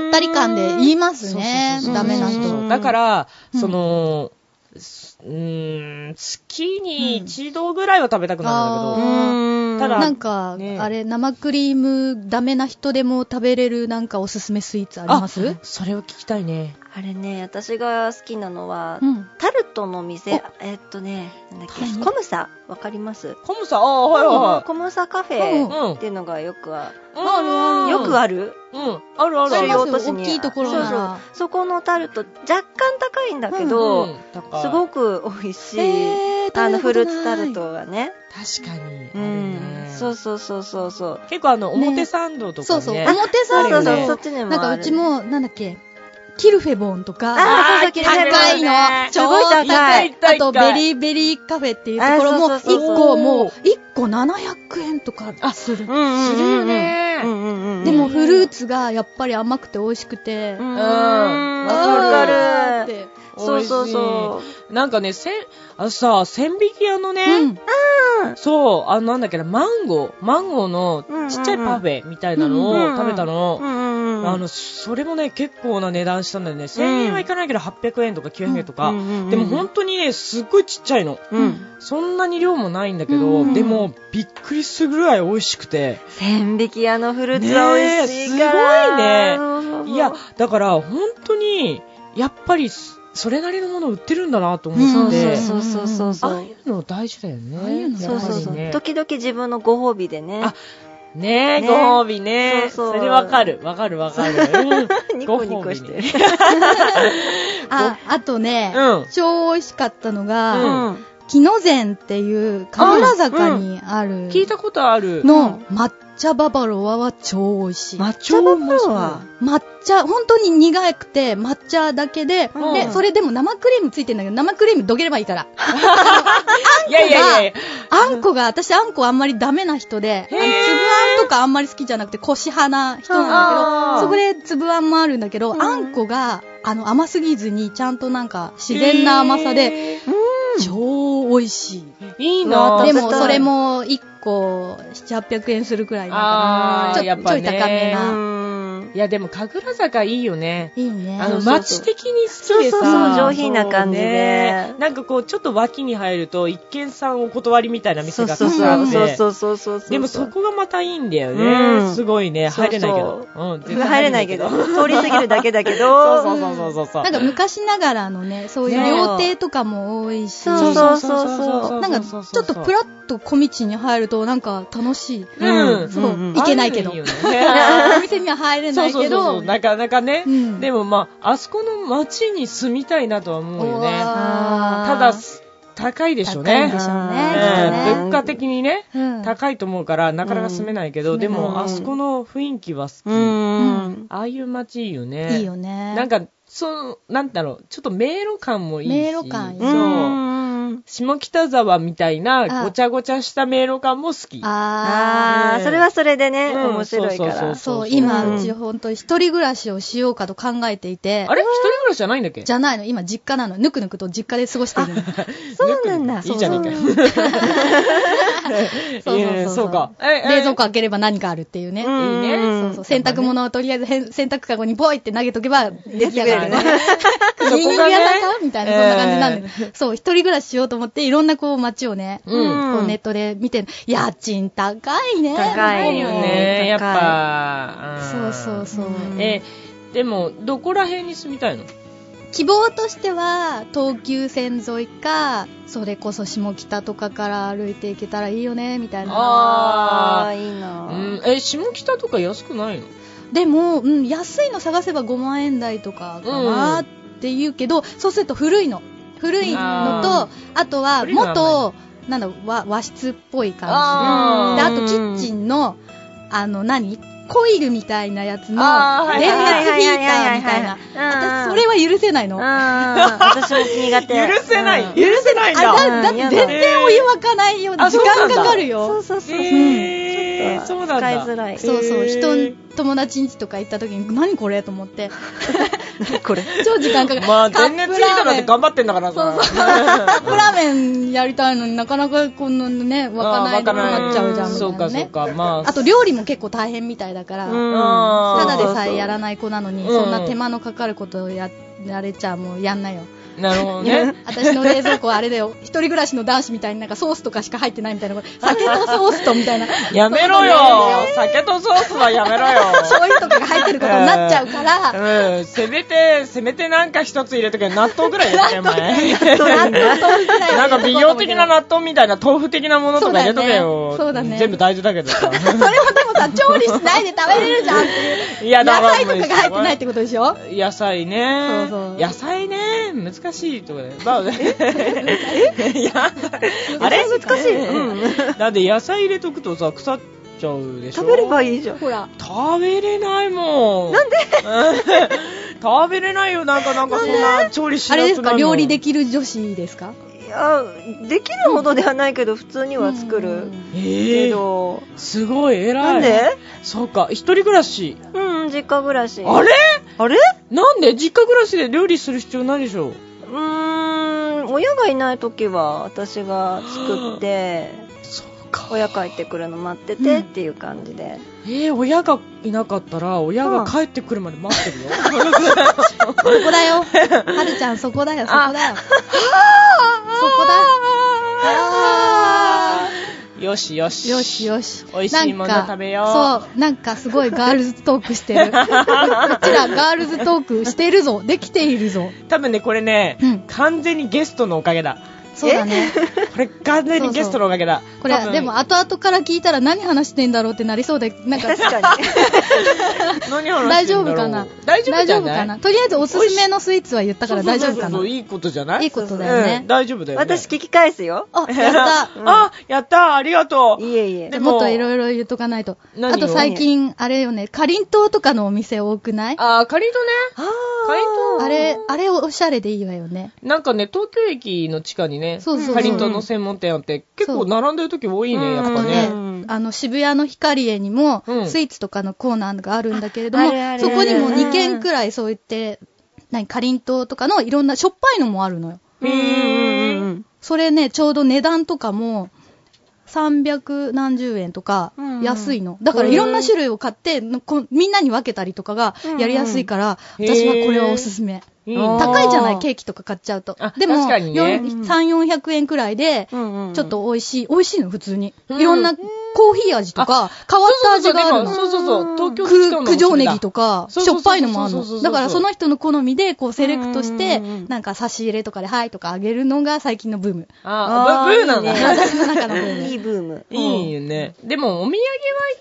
Speaker 2: もったり感で言います
Speaker 3: そう
Speaker 2: ね。
Speaker 3: そうそうそう
Speaker 2: ダメな
Speaker 3: そうそうそう
Speaker 2: 人。
Speaker 3: だから、
Speaker 2: うん
Speaker 3: その、すうーん、月に一度ぐらいは食べたくなるんだ
Speaker 4: うん。
Speaker 3: ただ
Speaker 2: なんか、
Speaker 3: ね
Speaker 2: あれ、生クリームダメな人でも食べれるなんかおすすめスイーツあります
Speaker 3: けど、それを聞きたいね。
Speaker 4: あれね、私が好きなのは
Speaker 2: う、ん。
Speaker 4: タルトの店
Speaker 2: お、
Speaker 4: えっとね、なんだっ
Speaker 2: はい
Speaker 4: け、コムサ、わかります
Speaker 3: コムさん、ああ、はいは
Speaker 4: コムサカフ
Speaker 3: うん
Speaker 4: ェっていうのがよくは、
Speaker 3: いはい。
Speaker 4: よくある
Speaker 3: うん、あるあるあ
Speaker 2: あ
Speaker 3: る
Speaker 2: り
Speaker 4: 主
Speaker 2: ま
Speaker 4: 要
Speaker 2: す
Speaker 4: 都市に
Speaker 2: 大きいところ
Speaker 4: そう
Speaker 2: な
Speaker 4: そ
Speaker 2: ら
Speaker 4: うそこのタルト若干高いんだけど、
Speaker 3: うん高い
Speaker 4: すごく美味しい、
Speaker 2: えー食べたことない
Speaker 4: あのフルーツタルトがね
Speaker 3: 確かにあるね、
Speaker 4: うんそうそうそうそうそう
Speaker 3: 結構あの、表参道とかね。
Speaker 2: そうそう。
Speaker 3: あ
Speaker 2: 表
Speaker 4: そ
Speaker 2: 参
Speaker 4: うそうそ
Speaker 2: 道
Speaker 3: ね
Speaker 4: う、そっちにもあ
Speaker 2: な
Speaker 4: る
Speaker 2: んかうちも、なんだっけ、キルフェボンとか、
Speaker 4: あ
Speaker 3: あ
Speaker 4: そ
Speaker 3: ー
Speaker 4: うそう
Speaker 2: 高いの
Speaker 3: ね、
Speaker 4: すごい高い
Speaker 2: あ
Speaker 3: 高い
Speaker 2: と、ベリーベリーカフェっていうところも、
Speaker 4: あそうそうそう
Speaker 2: 1個もう、1個700円とかする。
Speaker 4: うん
Speaker 3: するよね
Speaker 4: うんうんうんうん
Speaker 2: でも、フルーツがやっぱり甘くて美味しくて
Speaker 4: う、
Speaker 3: うんん。
Speaker 2: あー
Speaker 4: わかるわかる
Speaker 2: って
Speaker 4: そうそうそう
Speaker 3: なんかね、せん、あのさ、千匹屋のね、
Speaker 2: うん。
Speaker 3: そう、あの、なんだっけな、マンゴー、マンゴーのちっちゃいパフェみたいな
Speaker 4: うんうんう
Speaker 3: の
Speaker 4: ん
Speaker 3: を食べた
Speaker 4: うう
Speaker 3: の。
Speaker 4: んうん
Speaker 3: あの、それもね、結構な値段したんだよね。1000円はいかないけど、800円とか900円とか。
Speaker 4: うんうんうん
Speaker 3: でも本当にね、すっごいちっちゃいの。
Speaker 4: うん
Speaker 3: そんなに量もないんだけど、
Speaker 2: うん
Speaker 3: でも、びっくりするぐらい美味しくて。
Speaker 4: 千匹屋のフルーツは美味しいから、
Speaker 3: ねえす
Speaker 4: ごいね
Speaker 3: いや、だから、本当に、やっぱり、それなりのもの売ってるんだなと思
Speaker 4: そ
Speaker 3: っ
Speaker 4: う
Speaker 3: て。
Speaker 4: そうそうそうそう
Speaker 3: ああいうの大事だよね。
Speaker 2: ああいうの
Speaker 4: そうそうそう、
Speaker 3: やっぱり
Speaker 4: 時々自分のご褒美でね
Speaker 3: あねえ、
Speaker 4: ね
Speaker 3: ご褒美ね。
Speaker 4: そ
Speaker 3: そ
Speaker 4: うそう
Speaker 3: れわかる、わかる、わかる。うん
Speaker 4: ニコニコして。
Speaker 3: ご褒美ね
Speaker 2: あ、あとね、
Speaker 3: うん
Speaker 2: 超美味しかったの
Speaker 3: う
Speaker 2: が、
Speaker 3: ん
Speaker 2: 木の膳っていう、神楽坂にある、
Speaker 3: 聞いたことある。
Speaker 2: の抹茶ババロアは超美味しい。
Speaker 4: 抹茶ババロア
Speaker 2: 抹茶、本当に苦くて、抹茶だけで、
Speaker 4: うん
Speaker 2: で、それでも生クリームついてんだけど、生クリームどければいいから。
Speaker 3: いやいやいやいや。
Speaker 2: あんこが、私あんこあんまりダメな人で、あ
Speaker 3: へー
Speaker 2: の粒あんとかあんまり好きじゃなくて、腰派な人なんだ
Speaker 3: あー
Speaker 2: けど、そこで粒あんもあるんだけど、
Speaker 4: うん
Speaker 2: あんこが、あの、甘すぎずに、ちゃんとなんか、自然な甘さで、
Speaker 3: へえ。
Speaker 2: 超美味しい。
Speaker 3: いいうな
Speaker 4: わ
Speaker 2: で
Speaker 3: ぁ。
Speaker 2: も、それも、1個、7、800円するくらいなんかな。
Speaker 3: あー、
Speaker 2: ち
Speaker 3: や
Speaker 2: ょ
Speaker 3: っ
Speaker 2: ち
Speaker 3: ぱ
Speaker 2: ょい
Speaker 3: ね。
Speaker 2: 高め
Speaker 4: う
Speaker 2: な。
Speaker 4: ん
Speaker 3: いや、でも、神楽坂いいよね。
Speaker 2: いいね。
Speaker 3: あの、
Speaker 4: そうそう
Speaker 3: 街的に好きでさ。
Speaker 4: そうそうそう上品な感じで
Speaker 3: そうねなんかこう、ちょっと脇に入ると、一見さんお断りみたいな
Speaker 4: そ
Speaker 3: 店
Speaker 4: う
Speaker 3: が
Speaker 4: そう
Speaker 3: たく
Speaker 4: そ
Speaker 3: さんあ
Speaker 4: う
Speaker 3: って。
Speaker 4: そうそうそうそうそう
Speaker 3: でもそこがまたいいんだよね。
Speaker 4: うん
Speaker 3: すごいね。入れないけど。うん絶対
Speaker 4: 入れないけど
Speaker 3: 入れないけど
Speaker 4: 通り過ぎるだけだけ
Speaker 3: そ
Speaker 4: ど
Speaker 3: うそ うそうそうそうそう。
Speaker 2: なんか昔ながらのね、そういう
Speaker 3: ね
Speaker 2: 料亭とかも多いし、
Speaker 4: そうそうそうそう
Speaker 2: なんかちょっとプラッと小道に入るとなんか楽しい。
Speaker 3: うん
Speaker 2: そう、
Speaker 4: うん
Speaker 2: いけないけど。
Speaker 3: ある意味よ
Speaker 2: お
Speaker 3: ね
Speaker 2: 店には入れ
Speaker 3: そ
Speaker 2: な
Speaker 3: う
Speaker 2: い
Speaker 3: そう
Speaker 2: け
Speaker 3: そうそ
Speaker 2: ど
Speaker 3: う、、なかなかね、
Speaker 2: うん
Speaker 3: でもまあ、あそこの街に住みたいなとは思うよ
Speaker 2: う
Speaker 3: ね。
Speaker 2: わ
Speaker 3: ただ、高いでしょう
Speaker 2: 高い
Speaker 3: ね。
Speaker 2: んでしょう
Speaker 3: う
Speaker 2: ね
Speaker 3: ん
Speaker 2: きっとね。
Speaker 3: 物価的にね、
Speaker 2: うん
Speaker 3: 高いと思うから、なかなか住めないけど、
Speaker 2: うん
Speaker 3: で
Speaker 2: う
Speaker 3: も、
Speaker 4: ん
Speaker 3: あそこの雰囲気は好き。
Speaker 4: うーん
Speaker 3: ああいう街いいよね。
Speaker 2: いいよね。
Speaker 3: なんか、その、なんだろう、ちょっと迷路感もいいし。
Speaker 2: 迷路感いい
Speaker 4: ー
Speaker 3: そう。
Speaker 4: ん
Speaker 3: 下北沢みたいな
Speaker 2: あ
Speaker 3: ごちゃごちゃした迷路感も好き。
Speaker 2: あ
Speaker 4: あ
Speaker 3: ね
Speaker 4: ーそれはそれでね
Speaker 3: うん
Speaker 4: 面白いか
Speaker 3: そうそう
Speaker 2: ー
Speaker 4: ら
Speaker 2: そう、
Speaker 4: う
Speaker 2: 今、
Speaker 4: ん
Speaker 2: うち本当に一人暮らしをしようかと考えていて、
Speaker 3: あれ一人暮らしじゃないんだっけ
Speaker 2: じゃないの、今実家なの。ぬくぬくと実家で過ごして いるの。
Speaker 4: そうなんだ
Speaker 3: いいじゃねえかよ。
Speaker 2: そうそう
Speaker 3: い
Speaker 2: そ
Speaker 3: や
Speaker 2: う
Speaker 3: そうか。ええ
Speaker 2: 冷蔵庫開ければ何かあるっていうね。
Speaker 4: うん
Speaker 3: いいね
Speaker 4: うん
Speaker 2: そうそう洗濯物をとりあえずへん洗濯かごにポイって投げとけば出来上がるね。
Speaker 3: そこがね
Speaker 2: 人間屋さんかみたいな、そんな感じなんで、
Speaker 3: え
Speaker 2: そう、一人暮らししようと思って、いろんなこう街をね、
Speaker 3: うん
Speaker 2: こうネットで見て、家賃高いね。
Speaker 4: 高いよ
Speaker 3: ねえ、やっぱ。
Speaker 2: そうそうそう。
Speaker 4: うん
Speaker 3: え、でも、どこら辺に住みたいの
Speaker 2: 希望としては、東急線沿いか、それこそ下北とかから歩いていけたらいいよね、みたいな。
Speaker 4: あ
Speaker 3: あ
Speaker 4: ーいい
Speaker 3: あ。
Speaker 4: な
Speaker 3: うん、え、下北とか安くないの
Speaker 2: でも、うん、安いの探せば5万円台とかかなって言うけど、そうすると古いの。古いのと、
Speaker 3: あ
Speaker 2: あとは、
Speaker 3: 古いのはあんまり
Speaker 2: 元、なんだろう和、和室っぽい感じ。
Speaker 3: あー
Speaker 2: で、あとキッチンの、あの、何コイルみたいなやつの、
Speaker 3: あーはい
Speaker 2: 電
Speaker 3: はい
Speaker 2: 熱ヒーターみたいな。私、それは許せないの。あ、
Speaker 4: 私も苦手
Speaker 3: 許せない
Speaker 4: うん
Speaker 3: 許せないん
Speaker 2: だ
Speaker 3: だ
Speaker 2: だって全然お湯沸かないよ。
Speaker 3: えーあ
Speaker 2: 時間かかる
Speaker 4: そ
Speaker 2: よ
Speaker 4: う。そうそうそう
Speaker 3: えー
Speaker 4: ち
Speaker 3: そ
Speaker 4: ょ
Speaker 3: う
Speaker 4: っ
Speaker 3: なん
Speaker 4: と使い
Speaker 3: だ
Speaker 4: づらい
Speaker 2: そうそう
Speaker 3: へー
Speaker 2: 人ん、友達ん家とか行った時に、何これと思って。
Speaker 4: これ
Speaker 2: 超時間かかる。
Speaker 3: まあ、
Speaker 2: カッ
Speaker 3: 全
Speaker 2: プ
Speaker 3: 然つい
Speaker 2: ラ
Speaker 3: た
Speaker 2: ーメ
Speaker 3: ら
Speaker 2: ン
Speaker 3: って頑張ってんだからさ。
Speaker 2: カップラーメンやりたいのになかなかこんなね、湧かない
Speaker 3: あー
Speaker 2: のになっちゃうじゃん。
Speaker 3: そうか、
Speaker 2: みたい
Speaker 3: そ
Speaker 2: うなね。
Speaker 3: か。まあ、
Speaker 2: あと料理も結構大変みたいだから、
Speaker 3: ん
Speaker 2: ただでさえや
Speaker 4: な
Speaker 2: らない子なのに、
Speaker 3: うん
Speaker 2: そんな手間のかかることをややれちゃもうやんなよ。
Speaker 3: なるほどね。
Speaker 2: 私の冷蔵庫はあれ だよ、一人暮らしの男子みたいになんかソースとかしか入ってないみたいな、酒とソースとみたいな、
Speaker 3: やめろよ酒とソースはやめろよ
Speaker 2: 醤油とかが入ってることになっちゃうから、
Speaker 3: うん、せめて、せめてなんか一つ入れとけ納豆ぐらいやってお前。
Speaker 2: 納豆ぐらい
Speaker 3: なん
Speaker 2: 入れとこうと思っ
Speaker 3: か
Speaker 2: て
Speaker 3: 美容的な納豆みたいな豆腐的なものとか入れとけよ。
Speaker 2: そうだねそうだね
Speaker 3: 全部大事だけど さ。
Speaker 2: それもでもさ、調理しないで食べれるじゃんっていう。
Speaker 3: いや、
Speaker 2: 野
Speaker 3: だから
Speaker 2: 菜とかが入ってないってことでしょ
Speaker 3: 野菜
Speaker 2: そ
Speaker 3: ね。
Speaker 2: うそう
Speaker 3: 野菜ね。難しいとこ だよ。まあ、 いやあれ難しい。うんだって野菜入れとくとさ、腐っちゃうでしょ。
Speaker 4: 食べればいいじゃん
Speaker 2: ほら。
Speaker 3: 食べれないもん。なんで 食べれないよ、なんか、なんかそんな調理しな
Speaker 2: あ
Speaker 3: くな
Speaker 2: れ
Speaker 3: る
Speaker 2: です
Speaker 3: の
Speaker 2: か料理できる女子ですか
Speaker 4: いやできるほどではないけど普通には作る
Speaker 3: え
Speaker 4: け
Speaker 3: え
Speaker 4: ど
Speaker 3: すごい、偉い。
Speaker 4: なんで
Speaker 3: そうか、一人暮らし。
Speaker 4: うん実家暮らし
Speaker 3: あれ
Speaker 4: あれ
Speaker 3: なんで実家暮らしで料理する必要ないでしょう
Speaker 4: うーん親がいない時は私が作って
Speaker 3: そうか
Speaker 4: 親帰ってくるの待っててっていう感じで、
Speaker 3: えー、親がいなかったら、親が帰ってくるまで待ってるよ。
Speaker 2: そこだよ。はるちゃん、そこだよ、そこだよ。そこ だ。あ
Speaker 3: よしよ
Speaker 2: ー
Speaker 3: し。
Speaker 2: よしよし。
Speaker 3: 美味しいもの
Speaker 2: なんか
Speaker 3: 食べよう
Speaker 2: そう、なんかすごいガールズトークしてる。うちらガールズトークしてるぞ。できているぞ。
Speaker 3: 多分ね、これね、
Speaker 2: うん
Speaker 3: 完全にゲストのおかげだ。
Speaker 2: そうだね。
Speaker 3: これ完全にゲストのおかげだ。
Speaker 2: これ
Speaker 3: 多、分
Speaker 2: でも後々から聞いたら何話してんだろうってなりそうで、なんか
Speaker 4: 確、かに
Speaker 3: 何話
Speaker 2: 大
Speaker 3: して
Speaker 2: 丈
Speaker 3: ん
Speaker 2: 夫
Speaker 3: だろう
Speaker 2: かな
Speaker 3: 大丈夫じゃない
Speaker 2: かなとりあえずおすすめのスイーツは言ったから大丈夫か
Speaker 3: そうそうそう
Speaker 2: な
Speaker 3: そういいことじゃない
Speaker 2: いいことだよ
Speaker 3: う
Speaker 2: ね
Speaker 3: ん。大丈夫だよ、ね。
Speaker 4: 私聞き返すよ
Speaker 2: あ、やった。
Speaker 3: あ、やったありがとう
Speaker 4: いえいえ
Speaker 2: じ
Speaker 3: で
Speaker 2: ゃあ
Speaker 3: も
Speaker 2: もっといろいろ言っとかないと。
Speaker 3: 何を
Speaker 2: あと最近、あれよね、かりんとうとかのお店多くないあ
Speaker 3: あー、カリートね。
Speaker 4: あ
Speaker 3: カリート
Speaker 4: あ
Speaker 2: れ、あれおしゃれでいいわよね。
Speaker 3: なんかね、東京駅の地下にね、
Speaker 2: そうそうそう
Speaker 3: カリントの専門店あって、結構並んでる時多いね、やっ
Speaker 2: あ
Speaker 3: ぱ
Speaker 2: と
Speaker 3: ね。
Speaker 2: ね、あの渋谷のヒカリエにも、
Speaker 3: うん
Speaker 2: スイーツとかのコーナーがあるんだけれども、
Speaker 4: ああるある
Speaker 2: そこにも2軒くらいそう言って、何、かりんとうとかのいろんなしょっぱいのもあるのよ。
Speaker 4: うんうんうん
Speaker 2: それね、ちょうど値段とかも、 300何十円とか
Speaker 4: うんうん
Speaker 2: 安いの。だからいろんな種類を買って、のこみんなに分けたりとかがやりやすいから、
Speaker 3: うんうん
Speaker 2: 私はこれはおすすめ。
Speaker 3: いい
Speaker 4: あー
Speaker 3: な
Speaker 2: 高いじゃない、ケーキとか買っちゃうと
Speaker 3: あ。
Speaker 2: でも、
Speaker 3: 確かにね
Speaker 2: 3、400円くらいで、
Speaker 4: うんうん
Speaker 2: ちょっと美味しい、美味しいの、普通に。
Speaker 3: うん
Speaker 2: いろんなコーヒー味とか、変わった味があるの。
Speaker 3: そうそうそう、そうそうそう東京
Speaker 2: く
Speaker 3: 市場の
Speaker 2: 九条ネギとか、
Speaker 3: そう
Speaker 2: し
Speaker 3: そう
Speaker 2: ょ
Speaker 3: そ
Speaker 2: っ
Speaker 3: う
Speaker 2: ぱいのもある
Speaker 3: そうそうそうそ
Speaker 2: の。
Speaker 3: う
Speaker 2: だからその人の好みで、こうセレクトして
Speaker 4: うんうんうんうん、
Speaker 2: なんか差し入れとかで、はいとかあげるのが最近のブーム。
Speaker 3: ああ、ブブーなんだ。
Speaker 4: いいね
Speaker 2: 私の中のブーム。
Speaker 4: いいブーム。
Speaker 3: いいよね。でも、お土産はい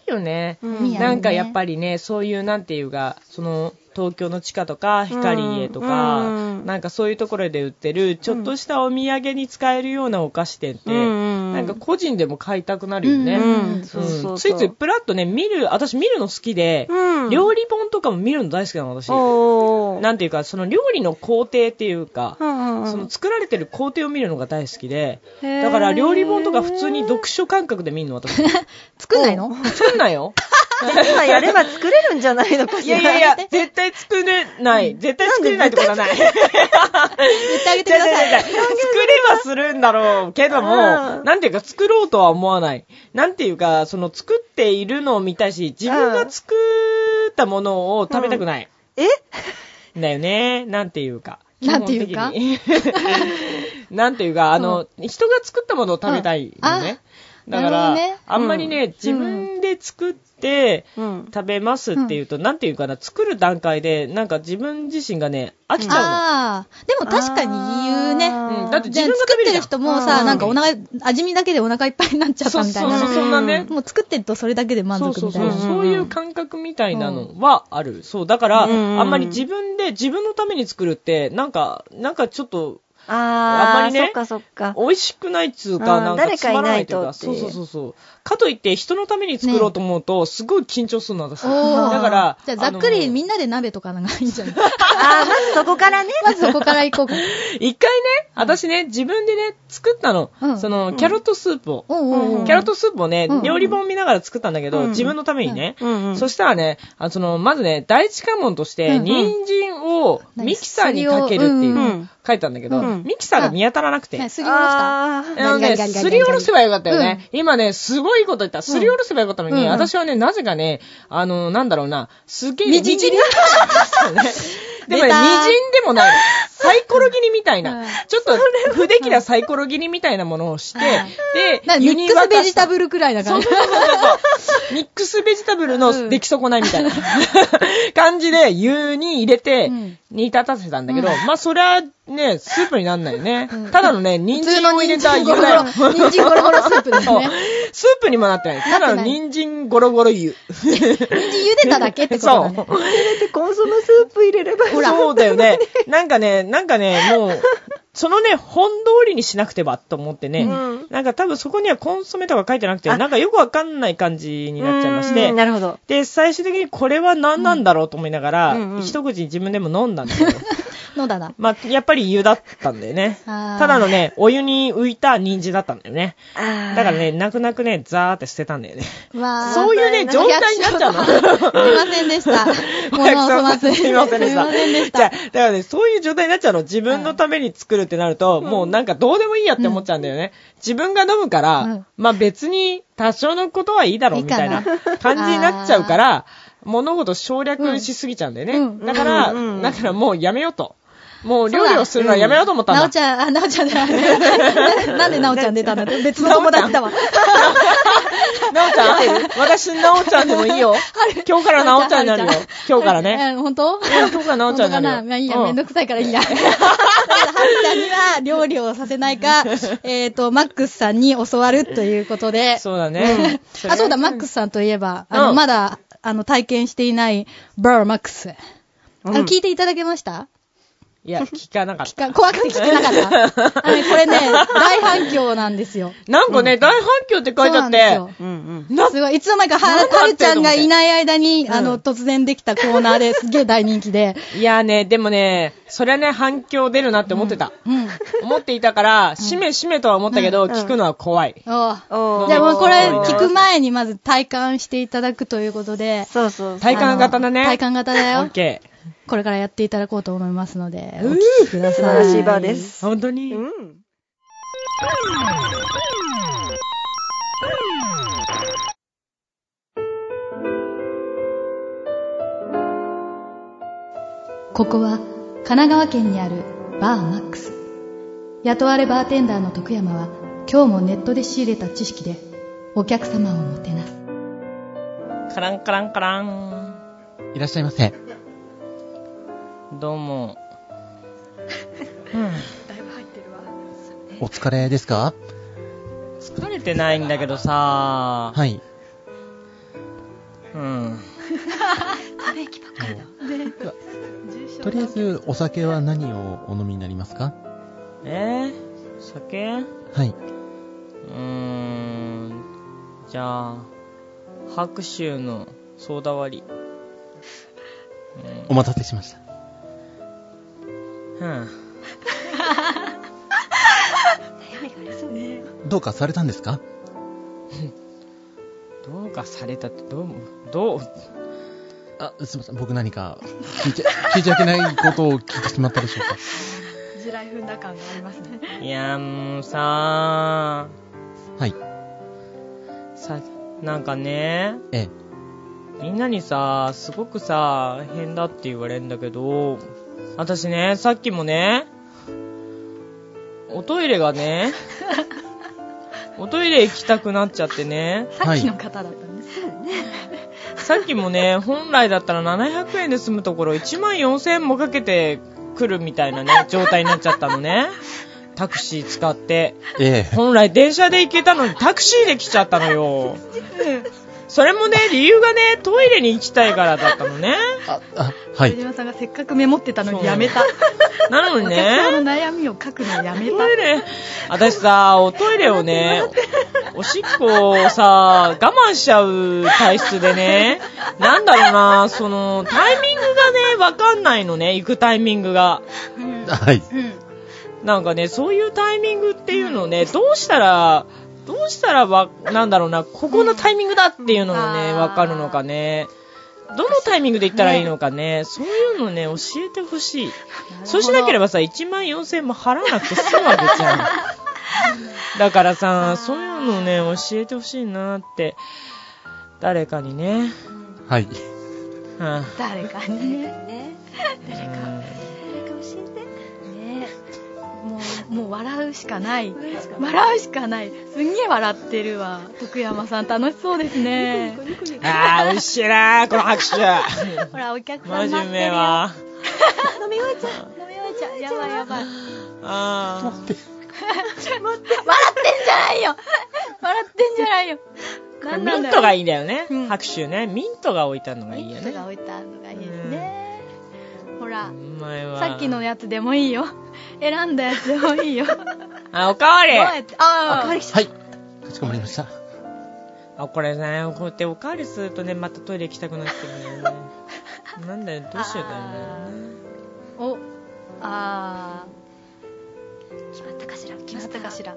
Speaker 3: いよね。
Speaker 4: うん
Speaker 2: いいやね
Speaker 3: なんかやっぱりね、そういうなんていうか、その、東京の地下とか、光家とか、
Speaker 4: うん
Speaker 3: なんかそういうところで売ってる、ちょっとしたお土産に使えるようなお菓子店って、
Speaker 4: うん
Speaker 3: なんか個人でも買いたくなるよね。
Speaker 2: う
Speaker 4: うんん、
Speaker 3: う
Speaker 4: そ
Speaker 3: ん
Speaker 4: うそうそう。
Speaker 3: ついついプラッとね、見る、私見るの好きで、
Speaker 4: うん
Speaker 3: 料理本とかも見るの大好きなの、私。
Speaker 4: おー
Speaker 3: なんていうか、その料理の工程っていうか、
Speaker 4: うんうん
Speaker 3: その作られてる工程を見るのが大好きで、
Speaker 4: へー
Speaker 3: だから料理本とか普通に読書感覚で見るの、 私。
Speaker 2: 作んないの
Speaker 3: 作んなよ。
Speaker 4: 今やれば作れるんじゃないのか
Speaker 3: い
Speaker 4: しら。
Speaker 3: やいやいや、絶対作れない。絶対作れないってことはない。
Speaker 2: 言ってあげて
Speaker 3: じゃ
Speaker 2: く
Speaker 3: じ
Speaker 2: だ
Speaker 3: ゃ
Speaker 2: さ
Speaker 3: じゃ
Speaker 2: い。
Speaker 3: 作ればするんだろうけど
Speaker 4: う
Speaker 3: も、
Speaker 4: ん
Speaker 3: なんていうか作ろうとは思わない。なんていうか、その作っているのを見たし、自分が作ったものを食べたくない。
Speaker 4: え
Speaker 3: だよね。なんていうか。
Speaker 2: なんていうか
Speaker 3: 基本的に なんていうか、あの、人が作ったものを食べたいよね。
Speaker 2: うんあ
Speaker 3: だ
Speaker 2: な
Speaker 3: か
Speaker 2: る
Speaker 3: ら、
Speaker 2: ほどね
Speaker 3: あんまりね、自分で作って、
Speaker 4: うん。
Speaker 3: 食べますっていうと、なんていうかな、作る段階で、なんか自分自身がね、飽きちゃ
Speaker 2: ああ、でも確かに言うね。
Speaker 4: あー
Speaker 3: うんだって
Speaker 2: じゃあ
Speaker 3: 自分が食
Speaker 2: 作っ
Speaker 3: べる
Speaker 2: て
Speaker 3: じゃ
Speaker 2: る
Speaker 3: ん
Speaker 2: 人も
Speaker 4: う
Speaker 2: さ、
Speaker 4: ん
Speaker 2: なんかお腹、味見だけでお腹いっぱいになっちゃ
Speaker 3: うの。
Speaker 2: ったみたいな
Speaker 3: そうそうそう、そんなね。
Speaker 2: もう作ってるとそれだけで満
Speaker 3: そう
Speaker 2: 足
Speaker 3: そう
Speaker 2: みた
Speaker 3: そ、
Speaker 2: いうな。
Speaker 3: そういう感覚みたいなのはある。そう、だから、
Speaker 4: うん
Speaker 3: あんまり自分で、自分のために作るって、なんか、なんかちょっと、
Speaker 4: あ
Speaker 3: あん
Speaker 4: あ
Speaker 3: まりね
Speaker 4: そっかそっか。
Speaker 3: 美味しくないっつうか、
Speaker 4: あ
Speaker 3: な
Speaker 4: ー
Speaker 3: んかつまらないというか、
Speaker 4: 誰かい
Speaker 3: そ
Speaker 4: な
Speaker 3: う
Speaker 4: いとってい
Speaker 3: そう
Speaker 4: う
Speaker 3: そうそう。かといって、人のために作ろうと思うと、すごい緊張するの、私。だ
Speaker 2: おー
Speaker 3: から、
Speaker 2: じゃあざっくりみ
Speaker 3: な
Speaker 2: な
Speaker 3: ん
Speaker 2: で鍋とかなんかいいんじゃない
Speaker 4: あーまずそこからね。
Speaker 2: まずそこから行こうか。
Speaker 3: 一回ね、私ね、自分でね、作ったの。
Speaker 2: うん
Speaker 3: その、キャロットスープを。
Speaker 2: おうおうおう
Speaker 3: キャロットスープをね、
Speaker 2: うん
Speaker 3: 料理本見ながら作ったんだけど、
Speaker 4: うん
Speaker 3: 自分のためにね。
Speaker 4: うんうん
Speaker 3: そしたらね、あその、まずね、第一関門として、
Speaker 2: うん
Speaker 3: 人参をミキサーにかけるってい
Speaker 2: う
Speaker 3: う、
Speaker 2: ん
Speaker 4: うん
Speaker 3: 書いたんだけど、
Speaker 4: うん
Speaker 3: ミキサーが見当たらなくて。
Speaker 2: はい、すりおろした。
Speaker 4: あー
Speaker 3: あの
Speaker 2: ガリガリガ
Speaker 3: ね、
Speaker 2: リガリ
Speaker 3: すりおろせばよかったよね。今ね、すごいこと言った。すりおろせばよかったのに、
Speaker 2: うん
Speaker 3: 私はね、なぜかね、あの、なんだろうな、すげえ、
Speaker 2: みじん切 り
Speaker 3: みじん切りでもね、み
Speaker 2: 出た
Speaker 3: じんでもない。サイコロ切りみたい
Speaker 2: うん
Speaker 3: な。ちょっと、不出来なサイコロ切りみたいなものをして、
Speaker 2: な
Speaker 3: で、
Speaker 2: ミ
Speaker 3: ユ
Speaker 2: ッ
Speaker 3: ニ
Speaker 2: クス
Speaker 3: バ
Speaker 2: ベジタ
Speaker 3: ル。
Speaker 2: ブルくらいだか
Speaker 3: そう
Speaker 2: ら。
Speaker 3: そうそうそう。 ミックスベジタブル
Speaker 2: うん
Speaker 3: の出来損ないみたいな 感じで、湯に入れて
Speaker 2: うん、
Speaker 3: 煮立たせたんだけど、まあ、それはね、スープになんないよね
Speaker 2: うん。
Speaker 3: ただのね、人
Speaker 2: 普通
Speaker 3: 参
Speaker 2: の
Speaker 3: を入れ
Speaker 2: 人
Speaker 3: た
Speaker 2: 参
Speaker 3: 湯
Speaker 2: ゴロゴ
Speaker 3: だ
Speaker 2: ロ、
Speaker 3: よ。
Speaker 2: 人参ゴロゴロスープです
Speaker 3: そう
Speaker 2: ね。
Speaker 3: スープにもなってない。ただの人参ゴロゴロ湯。
Speaker 2: 人参茹でただけってこと
Speaker 3: そ
Speaker 2: だ
Speaker 3: う
Speaker 2: ね。。
Speaker 4: だってコンソメスープ入れれば
Speaker 2: ほら
Speaker 3: そうだよね。なんかね、なんかね、もう、そのね、本通りにしなくてはと思ってね、
Speaker 4: うん
Speaker 3: なんか多分そこにはコンソメとか書いてなくて、
Speaker 4: あ
Speaker 3: なんかよくわかんない感じになっちゃいまして、
Speaker 4: うんなるほど。
Speaker 3: で、最終的にこれは何なんだろうと思いながら、
Speaker 4: うんうん
Speaker 3: 一口自分でも飲んだんだけ ど、
Speaker 2: のだな。
Speaker 3: まあ、やっぱり湯だったんだよね。
Speaker 2: あー
Speaker 3: ただのね、お湯に浮いた人参だったんだよね。だ
Speaker 4: あー
Speaker 3: からね、泣く泣くね、ザーって捨てたんだよね。
Speaker 2: わー
Speaker 3: そういうね、状態になっちゃうの。
Speaker 2: すいませんで した。ものを粗末に
Speaker 3: すいませんでした。
Speaker 2: すいませんでし
Speaker 3: じゃあ
Speaker 2: た。
Speaker 3: だからね、そういう状態になっちゃうの。自分のために作るってなると、もうなんかどうでもいいやって思っちゃうんだよね。自分が飲むから、
Speaker 2: うん
Speaker 3: まあ別に多少のことはいいだろうみたいない
Speaker 2: いか
Speaker 3: 感じになっちゃうから、物事省略しすぎちゃうんだよね。
Speaker 2: うん
Speaker 3: だから、
Speaker 4: うんうんうん
Speaker 3: だからもうやめようと。もう料理をするのはやめようと思ったんだ。
Speaker 2: なおちゃん、あ、なおちゃんじゃ ない。なんでなおちゃん出たんだって別の友達だわ。
Speaker 3: なおちゃん、 私、なおちゃんでもいいよ。今日からなおちゃんになるよ。今日からね。
Speaker 2: うん。本当
Speaker 3: 今日からなおちゃんになるよ
Speaker 2: 本当かまあいいや、
Speaker 3: うん
Speaker 2: めんどくさいからいい や。はるちゃんには料理をさせない か、えっと、マックスさんに教わるということで。
Speaker 3: そうだね。
Speaker 2: あ、そうだ、マックスさんといえば、あの、
Speaker 3: うん
Speaker 2: まだ、あの、体験していない、バーマックス。あの
Speaker 4: うん
Speaker 2: 聞いていただけました
Speaker 3: いや、聞かなかっ
Speaker 2: 聞
Speaker 3: た。
Speaker 2: か怖くて聞けなか った。あのこれね、大反響なんですよ。
Speaker 3: なんかね、大反響って書いちゃっ
Speaker 2: そうな
Speaker 3: て
Speaker 2: んで、すよ
Speaker 4: うんうん。
Speaker 3: な
Speaker 2: すごい。いつの間にか、は
Speaker 3: なんだって
Speaker 2: はるちゃんがいない間に、
Speaker 3: と思っ
Speaker 2: あ
Speaker 3: て
Speaker 2: の、突然できたコー ナーですげえ大人気で。
Speaker 3: いやね、でもね、それはね、反響出るなって思ってた。
Speaker 2: うん。
Speaker 3: 思っていたから、しめしめとは思ったけど、
Speaker 4: ん
Speaker 3: 聞くのは怖い。
Speaker 2: おう
Speaker 4: おー
Speaker 2: じゃあもうこれ
Speaker 3: おー
Speaker 2: 聞く前にまず体感していただくということで。
Speaker 4: そうそうそう。
Speaker 3: 体感型だね。
Speaker 2: あの体感型だ
Speaker 3: オ
Speaker 2: よ
Speaker 3: ッ。ケー。
Speaker 2: これからやっていただこうと思いますので、
Speaker 3: う
Speaker 2: お
Speaker 3: ー
Speaker 2: 聞きくだ
Speaker 4: 素
Speaker 2: さい。
Speaker 4: 晴らしい場です。
Speaker 3: 本当に
Speaker 4: うん。
Speaker 2: ここは神奈川県にあるバーマックス雇われバーテンダーの徳山は今日もネットで仕入れた知識でお客様をもてなす
Speaker 3: カランカランカラン。
Speaker 5: いらっしゃいませ。
Speaker 3: どうも。
Speaker 5: お疲れですか
Speaker 3: 疲れてないんだけどさ。
Speaker 5: はい。
Speaker 3: うん。
Speaker 5: とりあえず、お酒は何をお飲みになりますか
Speaker 3: えー、酒う
Speaker 5: はい。
Speaker 3: ーん。じゃあ、白州のソーダ割り。
Speaker 5: お待たせしました。
Speaker 3: うん。
Speaker 5: どうかされたんですか
Speaker 3: どうかされたって、どうも、どう、
Speaker 5: あ、すいません。僕何か聞いちゃ、聞いちゃいけないことを聞いてしまったでしょうか
Speaker 6: 地雷踏んだ感がありますね。
Speaker 3: いや、もうさ、
Speaker 5: はい。
Speaker 3: さ、なんかね、
Speaker 5: ええ。
Speaker 3: みんなにさ、すごくさ、変だって言われるんだけど、私ね、さっきもね、おトイレがね、おトイレ行きたくなっちゃってね、
Speaker 2: さっきの方だったんです、
Speaker 3: さっきもね、本来だったら700円で済むところ1万4000円もかけて来るみたいなね、状態になっちゃったのね。タクシー使って。
Speaker 5: ええ。
Speaker 3: 本来電車で行けたのにタクシーで来ちゃったのよ。それもね、理由がね、トイレに行きたいからだったのね。
Speaker 5: あ、あ、はい
Speaker 2: 小。島さんがせっかくメモってたのにや めた、
Speaker 3: なのに
Speaker 2: お客さん
Speaker 3: ね、
Speaker 2: の悩みを書くのやめた
Speaker 3: トイレ、私さ、おトイレをね、おしっこをさ、我慢しちゃう体質でね、なんだろうな、その、タイミングがね、わかんないのね、行くタイミングが。
Speaker 5: はい。
Speaker 3: なんかね、そういうタイミングっていうのをね、どうしたら、どうしたらわ、なんだろうな、ここのタイミングだっていうのがね、
Speaker 2: うん
Speaker 3: わかるのかね。どのタイミングで行ったらいいのかね、そういうのね、教えてほしい。そうしなければさ、1万4000円も払わなくて済むわけじゃん。だからさ、そういうのね、教えてほしいなって、誰かにね。
Speaker 5: はい。
Speaker 3: うん
Speaker 2: 誰かね
Speaker 6: ね、
Speaker 2: もうもう笑うしかない笑うしかないすんげえ笑ってるわ徳山さん楽しそうですね
Speaker 3: あー、美味しいなー、この拍手。
Speaker 2: ほらお客さん待
Speaker 3: 真
Speaker 2: っ
Speaker 3: 面
Speaker 2: て
Speaker 3: 目
Speaker 2: るよ
Speaker 3: は。
Speaker 2: 飲み終えちゃう飲み終えちゃうやばいやばい
Speaker 3: あー。
Speaker 2: 笑ってんじゃないよ笑ってんじゃないよ何なん
Speaker 3: ミ
Speaker 2: だろ
Speaker 3: ント
Speaker 2: う
Speaker 3: がいいんだよね、
Speaker 2: うん
Speaker 3: 拍手ねミントが置いたのがいい
Speaker 2: ミ
Speaker 3: よ
Speaker 2: ント
Speaker 3: ね
Speaker 2: が置いたのがいいですねほら
Speaker 3: うまいわ
Speaker 2: さっきのやつでもいいよ選んだやつでもいいよ
Speaker 3: あおかわり
Speaker 2: どうやってああ
Speaker 5: はい。かしこまりました。
Speaker 3: あこれねこうやっておかわりするとねまたトイレ行きたくなっちゃ うんだよねなんだよどうしようだよね
Speaker 2: おあ
Speaker 6: 決まったかしら
Speaker 2: ー
Speaker 6: 決
Speaker 2: 決まったかしら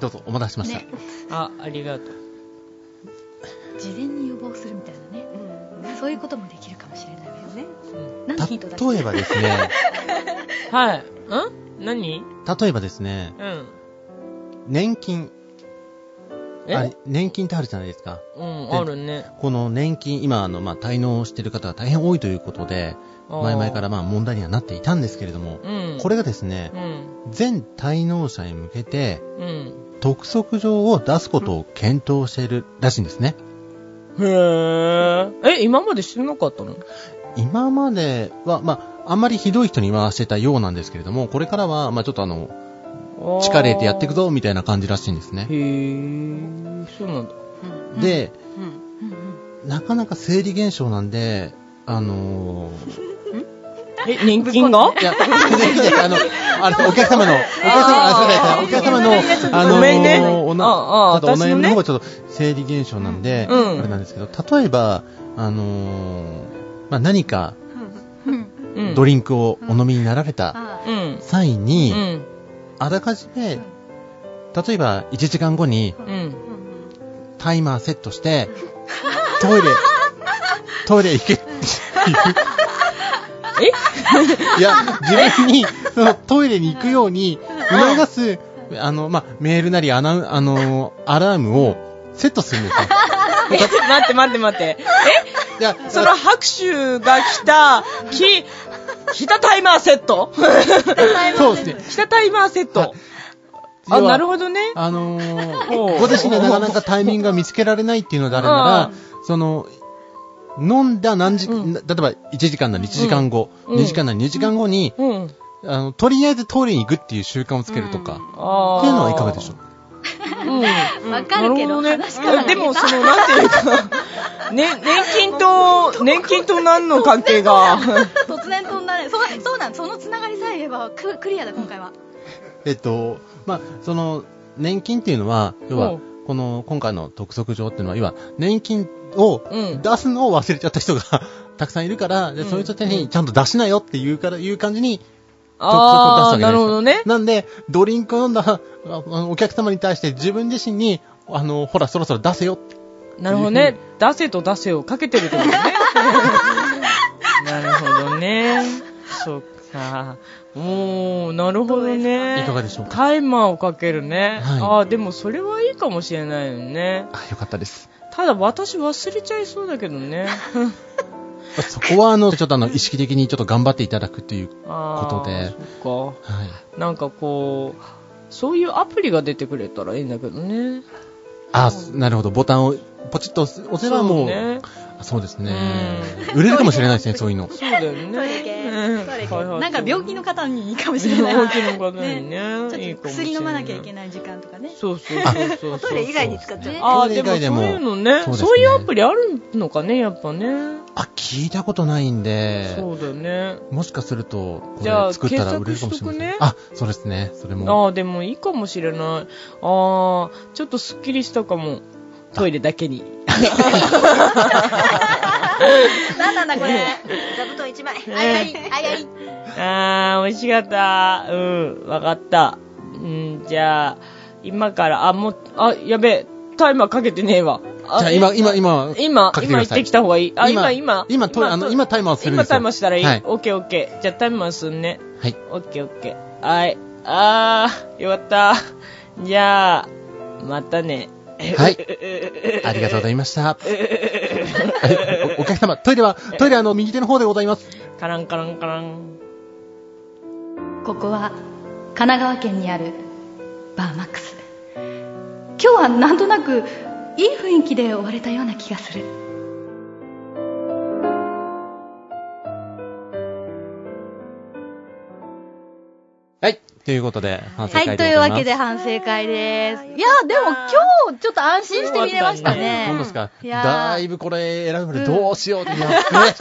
Speaker 5: どうぞ、お待たせしました。
Speaker 2: ね
Speaker 3: あありがとう
Speaker 2: 事前に予防するみたいなねそういうこともできるかもしれないわよね何のヒントだっけ
Speaker 5: 例えばですね、
Speaker 3: はいん何
Speaker 5: 例えばですね、
Speaker 3: うん
Speaker 5: 年金。
Speaker 3: え
Speaker 5: あれ年金ってあるじゃないですか。
Speaker 3: うんあるね
Speaker 5: この年金、今、あの、まあ、滞納してる方が大変多いということで、
Speaker 3: あー
Speaker 5: 前々からまあ問題にはなっていたんですけれども、
Speaker 3: うん
Speaker 5: これがですね
Speaker 3: う、ん
Speaker 5: 全滞納者へ向けて、
Speaker 3: うん
Speaker 5: 督促状を出すことを検討しているらしいんですね。
Speaker 3: へーえ今までしてなかったの
Speaker 5: 今までは、まあ、あんまりひどい人にはしてたようなんですけれども、これからは、まあ、ちょっとあの、力入れてやっていくぞ、みたいな感じらしいんですね
Speaker 3: へ。ーそうなんだ
Speaker 5: で、
Speaker 6: うん
Speaker 5: なかなか生理現象なんで、あのー、
Speaker 3: え年金が
Speaker 5: いや、あの、あのお客様の、お客様、あ、すいません、お客様の、あのー、
Speaker 3: ごめんね
Speaker 5: おな
Speaker 3: ああ
Speaker 5: あとお
Speaker 3: 私
Speaker 5: 悩
Speaker 3: の
Speaker 5: み
Speaker 3: ね
Speaker 5: の方がちょっと生理現象なんで、
Speaker 3: うん
Speaker 5: あれなんですけど、例えば、あのー、まあ、何か
Speaker 2: うん
Speaker 3: うん
Speaker 5: ドリンクをお飲みになられた
Speaker 2: あ
Speaker 3: うん
Speaker 5: 際
Speaker 3: う
Speaker 5: に、
Speaker 3: ん
Speaker 5: あらかじめ、例えば1時間後に
Speaker 3: うん
Speaker 5: タイマーセットして、トイレ、トイレ行けっていう。いや、自分に、そのトイレに行くように促すあの、まあ、メールなりアナウン、あの、アラームをセットするんですよ。
Speaker 3: え待って待って待って。
Speaker 5: いや
Speaker 3: え、その拍手が来た、き、ひたタイマーセット
Speaker 5: そうですね。
Speaker 3: ひたタイマーセット。
Speaker 5: 要
Speaker 3: あ、
Speaker 5: は
Speaker 3: なるほどね。
Speaker 5: あのー
Speaker 3: おう
Speaker 5: ご自身でなかなかタイミングが見つけられないっていうのであれば、その、飲んだ何時、
Speaker 3: うん
Speaker 5: な例えば1時間なり1時間後、
Speaker 3: うん
Speaker 5: 2時間なり2時間後に、
Speaker 3: うん。
Speaker 5: あの、とりあえず通りに行くっていう習慣をつけるとか、
Speaker 3: あー
Speaker 5: っていうのはいかがでしょう
Speaker 3: うん。
Speaker 6: わかるけど、
Speaker 3: なる
Speaker 6: 話
Speaker 3: ほ
Speaker 6: から
Speaker 3: どね。でも、その、なんていうか、ね、年金と、年金と何の関係 が。
Speaker 6: 突然飛んだね。そう、そうなん、そのつながりさえ言えば、ククリアだ、今回は。
Speaker 5: えっと、まあ、その、年金っていうのは、要
Speaker 3: う
Speaker 5: は
Speaker 3: ん、
Speaker 5: この、今回の督促状っていうのは、要は、年金を
Speaker 3: うん
Speaker 5: 出すのを忘れちゃった人が たくさんいるから、で
Speaker 3: うん
Speaker 5: そういう人たちにちゃんと出しなよっていうから、いう感じに、督促を出
Speaker 3: あ
Speaker 5: す
Speaker 3: あ、
Speaker 5: わけじゃ
Speaker 3: な
Speaker 5: ない
Speaker 3: る
Speaker 5: です
Speaker 3: ほ
Speaker 5: か
Speaker 3: どね。
Speaker 5: なんで、ドリンクを飲んだああお客様に対して自分自身に、あの、ほら、そろそろ出せよって。
Speaker 3: なるほどね。出せと出せをかけてるっ てことね。なるほどね。そっか。おー、なるほどね。
Speaker 5: いかがでしょうか
Speaker 3: タイマーをかけるね。
Speaker 5: はい
Speaker 3: ああ、でもそれはいいかもしれないよね。
Speaker 5: あ、よかったです。
Speaker 3: ただ私忘れちゃいそうだけど ね。
Speaker 5: そこは、あ の、ちょっとあの、意識的にちょっと頑張っていただくという、
Speaker 3: あー
Speaker 5: ことで
Speaker 3: そっか。
Speaker 5: はい。
Speaker 3: なんかこう、そういうアプリが出てくれたらいいんだけどね。
Speaker 5: あ、なるほど。ボタンをポチッと押せばも
Speaker 3: そ
Speaker 5: う、
Speaker 3: ね
Speaker 5: あそうですね。売れるかもしれないですね、そういうの。
Speaker 3: そうだよね。
Speaker 6: トイレ系
Speaker 3: うん
Speaker 6: トイレ系
Speaker 3: はいはい
Speaker 2: なんか病気の方にいいかもしれない。
Speaker 3: 病気の方にね。
Speaker 2: ち
Speaker 3: い
Speaker 2: ょ
Speaker 3: い
Speaker 2: っ
Speaker 3: か
Speaker 2: と
Speaker 3: もしれ
Speaker 2: 薬飲まなきゃいけない時間とかね。
Speaker 3: そうそうそうそう。
Speaker 4: トイレ以外に使っちゃう。
Speaker 3: ああ、
Speaker 5: トイレ
Speaker 3: で
Speaker 5: 以
Speaker 3: もそ
Speaker 5: 外
Speaker 3: うい
Speaker 5: でも
Speaker 3: うのね。
Speaker 5: そうですね
Speaker 3: そういうアプリあるのかね、やっぱね。
Speaker 5: あ、聞いたことないんで、
Speaker 3: そうだよね。
Speaker 5: もしかすると、こ
Speaker 3: じゃあ
Speaker 5: れ作ったら売れるかもしれませ
Speaker 3: 検索しとく
Speaker 5: ん。
Speaker 3: ね
Speaker 5: あ、そうですね。それも。
Speaker 3: ああ、でもいいかもしれない。ああ、ちょっとすっきりしたかも。トイレだけに。
Speaker 4: なんなんだこれ。座布団一枚。
Speaker 3: ね
Speaker 4: はいはい。はいはい。
Speaker 3: あー、美味しかった。うん、わかった。うん、じゃあ、今から、あ、もう、あ、やべえ、タイマーかけてねえわ。あ
Speaker 5: じゃあ、今、今、今、
Speaker 3: 今
Speaker 5: か、けてく
Speaker 3: 今
Speaker 5: だ
Speaker 3: 行っ
Speaker 5: さい
Speaker 3: てきた方がいい。あ、今、今。
Speaker 5: 今、トイレあの今タイマーするんで
Speaker 3: 今
Speaker 5: すよ。
Speaker 3: タイマーしたらいい。
Speaker 5: はい。
Speaker 3: オッケーオッケー。じゃあタイマーすんね。
Speaker 5: はい。
Speaker 3: オッケーオッケー。はい。あー、よかった。じゃあ、またね。
Speaker 5: はい。ありがとうございました。はいおお客様、トイレは、トイレはあの、右手の方でございます。
Speaker 3: カランカランカラン。
Speaker 2: ここは神奈川県にあるバーマックス今日はなんとなくいい雰囲気で終われたような気がする
Speaker 5: はい。ということで、反省
Speaker 2: は
Speaker 5: 会
Speaker 2: い
Speaker 5: で
Speaker 2: と
Speaker 5: ご
Speaker 2: いう
Speaker 5: ざ
Speaker 2: わ
Speaker 5: います。
Speaker 2: けで反省会ですいやでも今日ちょっと安心して見れましたね
Speaker 5: あ本当ですか。
Speaker 2: いやー
Speaker 5: だいぶこれ選ぶのどうしようってやってね。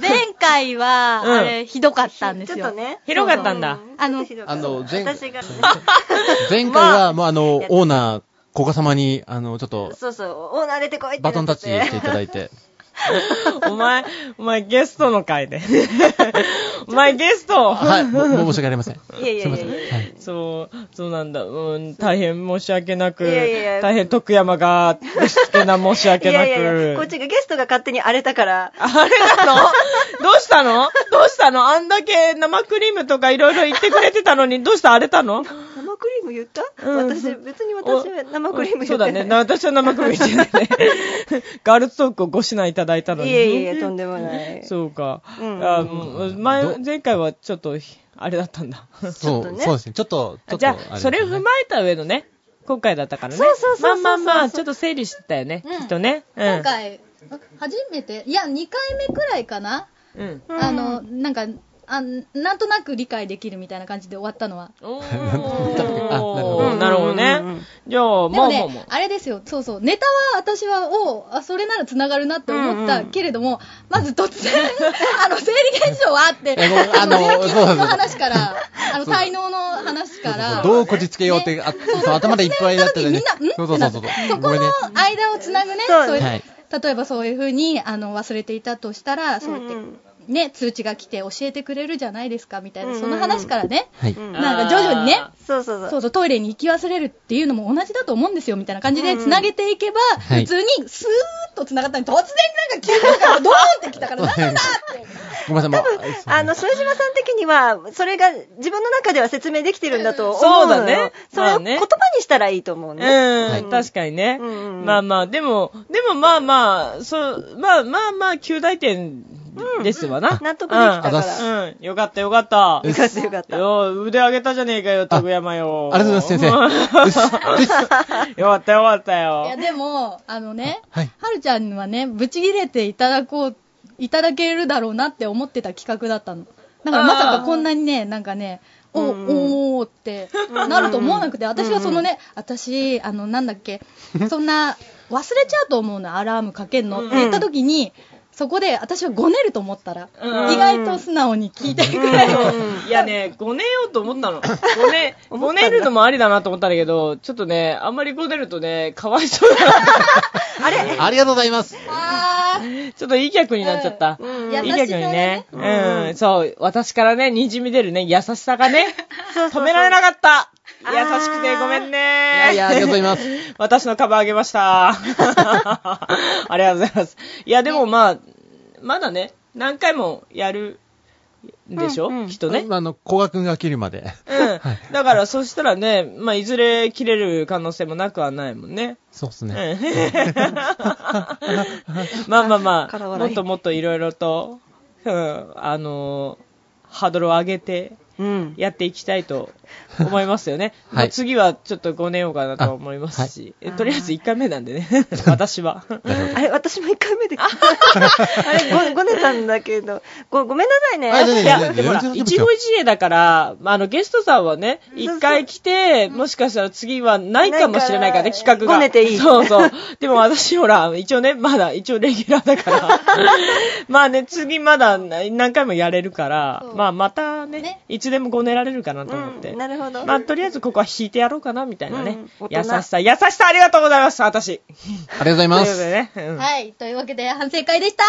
Speaker 2: 前回は
Speaker 3: うん
Speaker 2: あれひどかったんですよ、
Speaker 4: ちょっとね。
Speaker 3: 広がったんだ。
Speaker 2: あの
Speaker 5: あの前
Speaker 4: 私 が。
Speaker 5: 前回は、もうあの、オーナー、古賀様に、あの、ちょっと、
Speaker 4: そうそう、オーナー出てこいって
Speaker 5: バトンタ
Speaker 4: な
Speaker 5: ッ
Speaker 4: っ
Speaker 5: チ
Speaker 4: ちゃって
Speaker 5: していただいて。
Speaker 3: お前、お前ゲストの回 で。お前ゲスト
Speaker 5: はい。ももう申し訳ありません。
Speaker 4: いやいや
Speaker 5: す
Speaker 4: い
Speaker 5: い
Speaker 4: や
Speaker 5: ません。
Speaker 4: い
Speaker 5: は
Speaker 4: や。
Speaker 5: い。
Speaker 3: そう、そうなんだ。うん、大変申し訳なく、
Speaker 4: いやいやいや
Speaker 3: 大変徳山が、しつけな申し
Speaker 4: い
Speaker 3: 訳な
Speaker 4: や
Speaker 3: く。
Speaker 4: いやいや、こっちがゲストが勝手に荒れたから、
Speaker 3: あれなのどうしたのどうしたのあんだけ生クリームとかいろいろ言ってくれてたのに、どうしたあれたの
Speaker 4: 生クリーム言った、
Speaker 3: うん
Speaker 4: 私、別に私は生クリーム
Speaker 3: そ
Speaker 4: 言
Speaker 3: うだ
Speaker 4: ってない。
Speaker 3: ね。な私は生クリーム言ってない ね。ガールズトークをご指南いただいたのに。
Speaker 4: いやいやいや、とんでもない。
Speaker 3: そうか。
Speaker 4: うん
Speaker 3: あもう前前回はちょっと、あれだったんだ。
Speaker 5: そ
Speaker 4: ちょっと
Speaker 5: う、
Speaker 4: ね
Speaker 5: そうですね。ちょっと、ちょっと
Speaker 3: じゃ
Speaker 5: れです
Speaker 3: あ、
Speaker 5: ね
Speaker 3: それを踏まえた上のね、今回だったからね。
Speaker 4: そうそうそうそうそう
Speaker 3: まあまあまあ、ちょっと整理してたよね、
Speaker 2: うん
Speaker 3: きっとね。うん。
Speaker 2: 今回初めていや2回目くらいかな、
Speaker 3: うん。
Speaker 4: うん
Speaker 2: あのなんかあなんとなく理解できるみたいな感じで終わったのは
Speaker 3: お
Speaker 5: ー
Speaker 3: ーなるほど
Speaker 4: うんうんう
Speaker 3: ね
Speaker 4: ん。
Speaker 3: じゃあ、
Speaker 2: でも
Speaker 3: まあ
Speaker 2: ね、
Speaker 3: まあまあ。
Speaker 2: あれですよ、そうそう、ネタは私は、おうあそれならつながるなって思っ
Speaker 4: う
Speaker 2: た
Speaker 4: んうん
Speaker 2: けれども、まず突然、 あの生理現象はあって、
Speaker 5: えごめん
Speaker 2: あの
Speaker 5: あの
Speaker 2: 年
Speaker 5: そうそ
Speaker 2: 金
Speaker 5: う
Speaker 2: の話から、あの
Speaker 5: そう
Speaker 2: 才能の話から、
Speaker 5: どうこじつけようって、あそう頭でいっぱいだった
Speaker 2: みんな、ん
Speaker 5: そうそうそ
Speaker 2: って
Speaker 5: うそう
Speaker 2: なった そ。こ
Speaker 5: ごめんね。
Speaker 2: の間をつなぐね、
Speaker 4: そう
Speaker 2: そういう
Speaker 5: はい
Speaker 2: 例えばそういうふうにあの忘れていたとしたら、そうやって、
Speaker 4: うん
Speaker 2: ね、通知が来て教えてくれるじゃないですかみたいな、
Speaker 4: うんうん
Speaker 2: その話からね、
Speaker 5: はい。
Speaker 4: うん
Speaker 2: なんか徐々にね
Speaker 3: あ
Speaker 4: そうそうそ。
Speaker 2: そううそう、トイレに行き忘れるっていうのも同じだと思うんですよ、みたいな感じで、つなげていけば、
Speaker 5: はい
Speaker 2: 普通にスーッとつながったのに、突然なんか急になんかドーンってきたから、なんだなんだって、
Speaker 5: ごめんなさい、もう。
Speaker 4: あの、副島さん的には、それが自分の中では説明できてるんだと思うのよ。
Speaker 3: そうだね
Speaker 4: それ
Speaker 3: まあ
Speaker 4: を
Speaker 3: ね
Speaker 4: 言葉にしたらいいと思うね。
Speaker 3: うん、
Speaker 5: はい
Speaker 3: 確かにね。
Speaker 4: うんうんうん
Speaker 3: まあまあ、でも、でもまあまあ、そう、まあまあまあ、旧大点ですわな。
Speaker 4: 納得できたか
Speaker 5: あざっ
Speaker 4: ら。
Speaker 5: す
Speaker 3: うん、うんよかったよかった。
Speaker 4: よかったよかった。
Speaker 3: よ、腕上げたじゃねえかよ、徳山よ。
Speaker 5: ありがとうございます、先生。うっすうっす
Speaker 3: す。 よかったよかった
Speaker 2: いや、
Speaker 3: よ。
Speaker 2: でも、あのね、
Speaker 5: は
Speaker 2: はいるちゃんはね、ぶち切れていただこう、いただけるだろうなって思ってた企画だったの。だからまさかこんなにね、なんかね、お、
Speaker 4: うんうん
Speaker 2: おーってなると思わなくて、私はそのね、私、あの、なんだっけ、そんな、忘れちゃうと思うの、アラームかけんのって言った時に、そこで私はごねると思ったら、
Speaker 3: うん
Speaker 2: 意外と素直に聞いてくれる。
Speaker 3: いやね、ごねようと思ったの。ごね、ごねるのもありだなと思ったんだけど、ちょっとね、あんまりごねるとね、かわいそうだな。
Speaker 5: ありがとうございます。
Speaker 2: あー
Speaker 3: ちょっといい客になっちゃった。
Speaker 4: うん
Speaker 2: や
Speaker 3: いい逆にね。
Speaker 2: 優し
Speaker 4: ね
Speaker 3: うん。そう、私からね、にじみ出るね、優しさが ね、止められなかった。
Speaker 4: あー
Speaker 3: 優しくてごめんね。
Speaker 5: いやいや、ありがとうございます。
Speaker 3: 私のカバーあげました。 ありがとうございます。いや、でもまあ、まだね、何回もやるでしょ、
Speaker 4: うんうん
Speaker 3: きっとね。
Speaker 5: あの、古賀くんが切るまで。
Speaker 3: うん。だから、そしたらね、まあ、いずれ切れる可能性もなくはないもんね。
Speaker 5: そうっす
Speaker 3: うん
Speaker 5: ね。
Speaker 3: まあまあまあ、
Speaker 4: 空
Speaker 3: も
Speaker 4: 笑い
Speaker 3: っともっといろいろと、うん、あのーハードルを上げて
Speaker 4: うん。
Speaker 3: やっていきたいと思いますよね。
Speaker 5: はい
Speaker 3: まあ次はちょっと5年ようかなと思いますし、えとりあえず1回目なんでね、私は。
Speaker 4: あれ、私も一回目で。あれ、ごごねたんだけど。ご、ごめんなさいね。
Speaker 5: あ全然
Speaker 3: いや、
Speaker 5: 全
Speaker 3: で
Speaker 5: 然
Speaker 3: もほら、
Speaker 5: 全然
Speaker 3: 一期一会だから、まあ、あの、ゲストさんはね、
Speaker 4: そう
Speaker 3: 一回来て、もしかしたら次はないかもしれないからね、
Speaker 4: ない
Speaker 3: 企
Speaker 4: から
Speaker 3: 画が。
Speaker 4: ごねていい
Speaker 3: そうそう。 でも私、ほら、一応ね、まだ、一応レギュラーだ から。まあね、次まだ何回もやれるから、まあ、またね、
Speaker 2: ね
Speaker 3: いつでもごねられるかなと思って。
Speaker 4: うんなるほど。
Speaker 3: まあ、とりあえずここは引いてやろうかな、みたいなね。
Speaker 4: うん
Speaker 3: 優
Speaker 4: 大
Speaker 3: し
Speaker 4: 人
Speaker 3: さ、優しさありがとうございます、私。
Speaker 5: ありがとうござ
Speaker 3: という
Speaker 5: いま。
Speaker 3: ことですね。うん
Speaker 2: はい、というわけで反省会でした。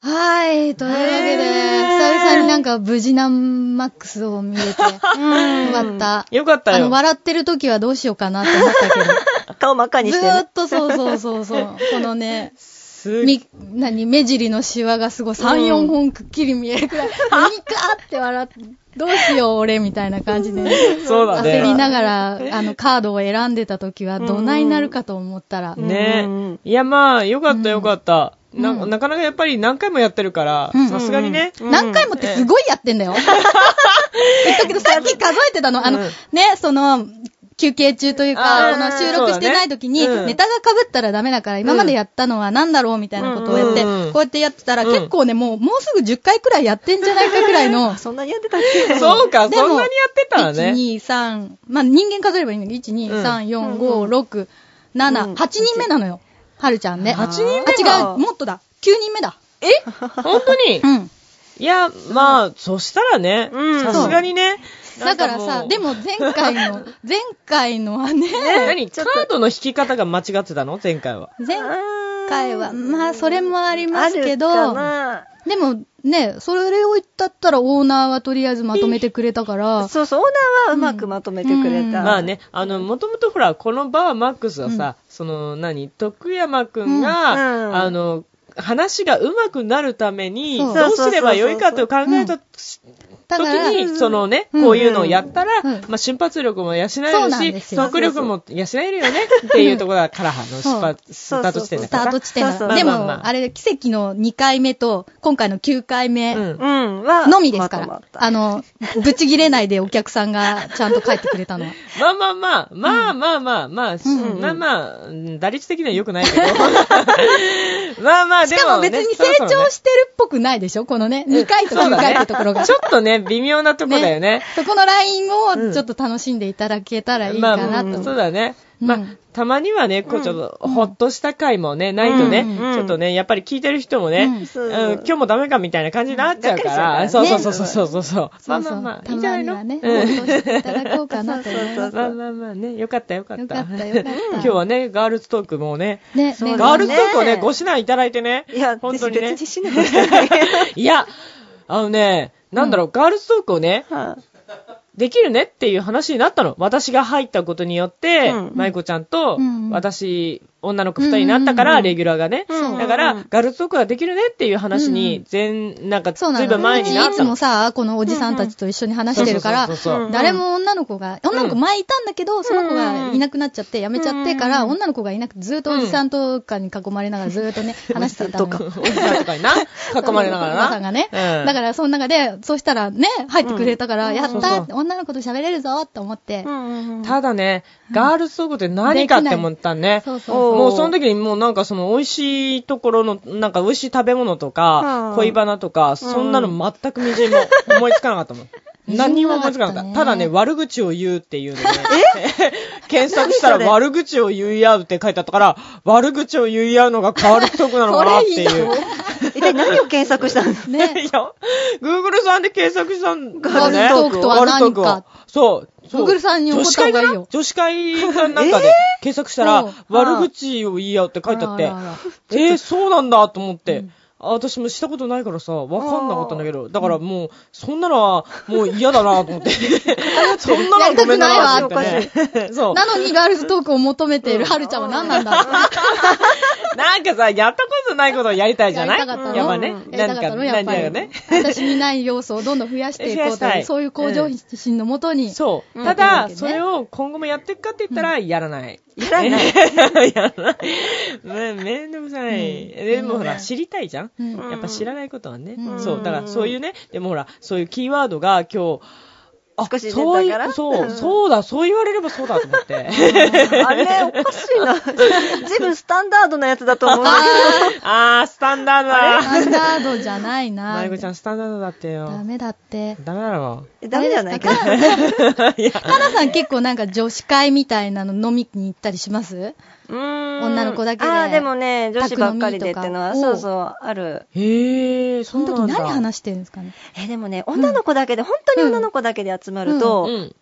Speaker 2: はい、というわけで、久々になんか無事なマックスを見れて、よかった。
Speaker 3: よかった
Speaker 2: あ
Speaker 3: よ
Speaker 2: の、。笑ってる時はどうしようかなって思った けど、
Speaker 4: 顔真っ赤に
Speaker 2: ず
Speaker 4: して
Speaker 2: ー
Speaker 4: ね
Speaker 2: っ。とそうそうそうそう、このね、
Speaker 3: す
Speaker 2: み、何、目尻のシワがすごい、3、4本くっきり見えるくらい、ニカーって笑って、どうしよう俺みたいな感じでね。
Speaker 3: そうだね。
Speaker 2: 焦りながら、あの、カードを選んでた時は、どないなるかと思ったら、
Speaker 4: うん
Speaker 3: ねいや、まあ、よかったよかった。な
Speaker 2: うん
Speaker 3: なかなかやっぱり何回もやってるから
Speaker 2: うん、
Speaker 3: さすがにね。
Speaker 4: うん
Speaker 2: 何回もってすごいやってんだよ。言ったけど、さっき数え てたの。あの、
Speaker 3: うん
Speaker 2: ね、その、休憩中という
Speaker 3: あ
Speaker 2: か、
Speaker 3: ー
Speaker 2: その収録してない時に、
Speaker 3: そうだねうん
Speaker 2: ネタが被ったらダメだから、今までやったのは何だろうみたいなことをやって、
Speaker 3: うんうん
Speaker 2: こうやってやってたら、
Speaker 3: うん
Speaker 2: 結構ね、もう、もうすぐ10回くらいやってんじゃないかくらいの、
Speaker 4: そんなにやってたっけ
Speaker 3: そうか、そん
Speaker 2: で
Speaker 3: な
Speaker 2: も
Speaker 3: にやってたら
Speaker 2: 1、
Speaker 3: ね。
Speaker 2: 2、3、まあ人間数えればいいんだけど、1、2、
Speaker 3: うん
Speaker 2: 3、4、5、6、7、8人目なのよ。はるちゃんね。
Speaker 3: 8人目
Speaker 2: あ、違う、もっとだ。9人目だ。
Speaker 3: え本当に
Speaker 2: うん。
Speaker 3: いや、まあ、そしたらね
Speaker 4: う、ん
Speaker 3: さすがにね。
Speaker 2: だからさ、でも
Speaker 3: も。
Speaker 2: 前回の、前回のはね、
Speaker 3: 何カードの引き方が間違ってたの前回は。
Speaker 2: 前回は、まあそれもあり
Speaker 4: あ
Speaker 2: ます
Speaker 4: る
Speaker 2: け
Speaker 4: か
Speaker 2: ど、
Speaker 4: な
Speaker 2: でもね、それを言ったったらオーナーはとりあえずまとめてくれたから、
Speaker 4: そうそう、オーナーはうまくまとめてくれた。
Speaker 2: うん
Speaker 3: まあね、あの、もともとほら、このバーマックスはさ、その、何、徳山くんが、
Speaker 4: うん
Speaker 3: あの、話が上手くなるために、
Speaker 2: そう
Speaker 3: どうすればよいかと考えた
Speaker 2: だ
Speaker 3: 時
Speaker 2: から、
Speaker 3: に、そのね、
Speaker 2: うん
Speaker 3: こういうのをやったら、
Speaker 2: うん
Speaker 3: まあ、瞬発力も養えるし
Speaker 2: そうなんです、よ
Speaker 3: 速力も養えるよねっていうところがからの出発、スタート地点だ
Speaker 2: スタ
Speaker 3: から。
Speaker 2: ート地点だ
Speaker 4: そうそう
Speaker 2: で
Speaker 3: まあまあま
Speaker 2: も、
Speaker 3: あ
Speaker 2: あれ、奇跡の2回目と、今回の9回目、
Speaker 3: うん
Speaker 4: うん、は、
Speaker 2: のみですか
Speaker 4: ま
Speaker 2: ら
Speaker 4: とま。った
Speaker 2: あの、ぶち切れないでお客さんがちゃんと帰ってくれた のは。
Speaker 3: まあまあまあ、まあまあまあまあ、
Speaker 2: ん
Speaker 3: まあまあ、うん打率的には良くないけど。 まあまあ、で
Speaker 2: しか
Speaker 3: も
Speaker 2: も
Speaker 3: ね、
Speaker 2: 別に
Speaker 3: そ
Speaker 2: 成
Speaker 3: ろそろね
Speaker 2: 長してるっぽくないでしょこのね、2回と9回ってところが。
Speaker 3: ちょっとね、微妙なとこだよね。
Speaker 2: そこのラインをちょっと楽しんでいただけたらいい
Speaker 3: ま
Speaker 2: か
Speaker 3: あ
Speaker 2: な
Speaker 3: まあ、そ
Speaker 2: と。
Speaker 3: うだね。
Speaker 2: うん
Speaker 3: まあ、たまにはね、こうちょっと、ほっとした回もね、ないとね、
Speaker 4: うん
Speaker 3: ちょっとね、やっぱり聞いてる人もね、
Speaker 2: うん
Speaker 4: そう
Speaker 3: うん今日もダメかみたいな感じになっちゃうから、
Speaker 4: うん
Speaker 3: そうそうそう
Speaker 4: ね
Speaker 3: そうそうそう。ま
Speaker 2: そ
Speaker 3: あ
Speaker 2: うそ
Speaker 3: まあ
Speaker 2: う。
Speaker 3: まあ、
Speaker 2: た
Speaker 3: いいんじゃ
Speaker 2: ま
Speaker 3: ない
Speaker 2: に
Speaker 3: の
Speaker 2: はね、
Speaker 3: うん
Speaker 2: 報告していただこうかなと思います。
Speaker 3: まあまあまあね、よかったよかった。
Speaker 2: よかったよかった
Speaker 3: 今日はね、ガールズトークもね、
Speaker 2: ね、
Speaker 4: う
Speaker 2: ね
Speaker 4: だね
Speaker 3: ガールズトークをね、ご指南いただいてね、
Speaker 4: いや、
Speaker 3: 本当にね
Speaker 4: 別。にしなく ていい
Speaker 3: いや、あのね、なんだろう、ガールズトークをね、
Speaker 4: はい
Speaker 3: できるねっていう話になったの。私が入ったことによって、
Speaker 4: うん
Speaker 3: 舞子ちゃんと
Speaker 2: うん、
Speaker 3: 私、女の子二人になったか
Speaker 2: うんうんうんう
Speaker 3: ら、
Speaker 2: ん
Speaker 3: レギュラーがね。
Speaker 4: うん
Speaker 3: だから、ガールズトークができるねっていう
Speaker 2: う
Speaker 3: 話
Speaker 2: んう
Speaker 3: に、全、なんか、ず
Speaker 2: そうない
Speaker 3: ぶん
Speaker 2: の。
Speaker 3: 前
Speaker 2: うち
Speaker 3: になった
Speaker 2: い
Speaker 3: の。
Speaker 2: つもさ、このおじさんたちと一緒に話してるから
Speaker 3: そう、そうそうそう
Speaker 4: うん
Speaker 2: 誰も女の子が、女の子前いたんだけど、その子がいなくなっちゃって、やめちゃってから、女の子がいなくて、ずっとおじさんとかに囲まれながら、ずっとね、話して たのよ。
Speaker 3: おじさんとか にな、囲まれながら
Speaker 2: お
Speaker 3: な。
Speaker 2: 母さんがね。
Speaker 3: うん
Speaker 2: だから、その中で、そうしたらね、入ってくれたから、やった
Speaker 3: そうそう
Speaker 2: ーって女の子と喋れるぞって思って
Speaker 4: う、んうん
Speaker 3: ただね、ガールズトークって何かって思ったね。
Speaker 2: そうそう
Speaker 3: もうその時にもうなんかその美味しいところの、なんか美味しい食べ物と
Speaker 4: う
Speaker 3: か
Speaker 4: ん、
Speaker 3: 恋バナとか、そんなの全くみじんも思いつかなかったもん。何にも思いつかなかっ
Speaker 2: うん
Speaker 3: た。ただね、悪口を言うっていうのね。 検索したら
Speaker 4: 何それ
Speaker 3: 悪口を言い合うって書いてあったから、悪口を言い合うのがガールズトークなのか なっていう。
Speaker 4: 一体何を検索したの
Speaker 2: ね。
Speaker 3: いや、Google さんで検索したんだよね。
Speaker 4: ガールズトークと
Speaker 2: は何か
Speaker 3: ガールズトークをそう。そう
Speaker 2: Google さんに送った方がいいよ
Speaker 3: 女子会かな女子会かなんかで検索した
Speaker 2: そう
Speaker 3: ら、悪口を言い合うって 書いてあって、
Speaker 2: あらあ らあら
Speaker 3: えー、そうなんだと思って。あ私もしたことないからさ、わかんなかったんだけど、だからもう、そんなのは、もう嫌だなと 思って。そんなのはごめんなと思って、
Speaker 4: や
Speaker 3: ね
Speaker 4: り。
Speaker 3: そう。
Speaker 2: なのに、ガールズトークを求めているはるちゃんは何なんだろう。
Speaker 3: なんかさ、やったことないことをやりたい じゃない
Speaker 2: やりたかったの
Speaker 3: やっぱね
Speaker 4: うん。
Speaker 2: やりた
Speaker 3: な
Speaker 2: か
Speaker 3: ん
Speaker 2: った
Speaker 3: か、
Speaker 2: のや
Speaker 3: な
Speaker 2: っ
Speaker 3: ん
Speaker 2: ぱ
Speaker 3: か
Speaker 2: り、
Speaker 3: ね。
Speaker 2: 私にない要素をどんどん増やしていこう
Speaker 3: 増や
Speaker 2: と
Speaker 3: し
Speaker 2: い
Speaker 3: た
Speaker 2: う、
Speaker 3: い
Speaker 2: そういう向上心のもとに、
Speaker 3: そう。
Speaker 4: ん
Speaker 3: た
Speaker 2: やっ
Speaker 3: だ、
Speaker 2: てるわけね
Speaker 3: それを今後もやっていくかって言ったら、やらない。
Speaker 4: やらな い
Speaker 3: やらない。めめんどくさい。でもほら、知りたいじゃん
Speaker 2: うん
Speaker 3: やっぱ知らないことはね
Speaker 2: う。ん
Speaker 3: そう。だから、そういうね、でもほら、そういうキーワードが今日、あ
Speaker 4: 少し出た
Speaker 3: そうい
Speaker 4: から
Speaker 3: そうう、
Speaker 4: ん
Speaker 3: そうだ、そう言われればそうだと思って。
Speaker 4: あれ、おかし いな。自分スタンダードなやつだと思う。
Speaker 3: あー、スタンダードだ。
Speaker 2: スタンダードじゃないな
Speaker 3: ま。ゆこちゃん、スタンダードだって
Speaker 2: ダ
Speaker 3: よ。
Speaker 2: メだって。
Speaker 3: ダメだろ。
Speaker 4: ダメじゃないか。
Speaker 2: あれですか。かなさん結構なんか女子会みたいなの飲みに行ったりします女
Speaker 4: 女
Speaker 2: の子だけで
Speaker 4: ああ、でもね、女子ばっかりでってのは、
Speaker 2: 宅飲みとか
Speaker 4: そうそう、ある。
Speaker 3: へー、
Speaker 2: そ
Speaker 3: そう
Speaker 2: の時
Speaker 3: なんだ。
Speaker 2: 何話してるんですかね。
Speaker 4: え、でもね、女の子だけで、本当に女の子だけで集まると、
Speaker 3: うんうん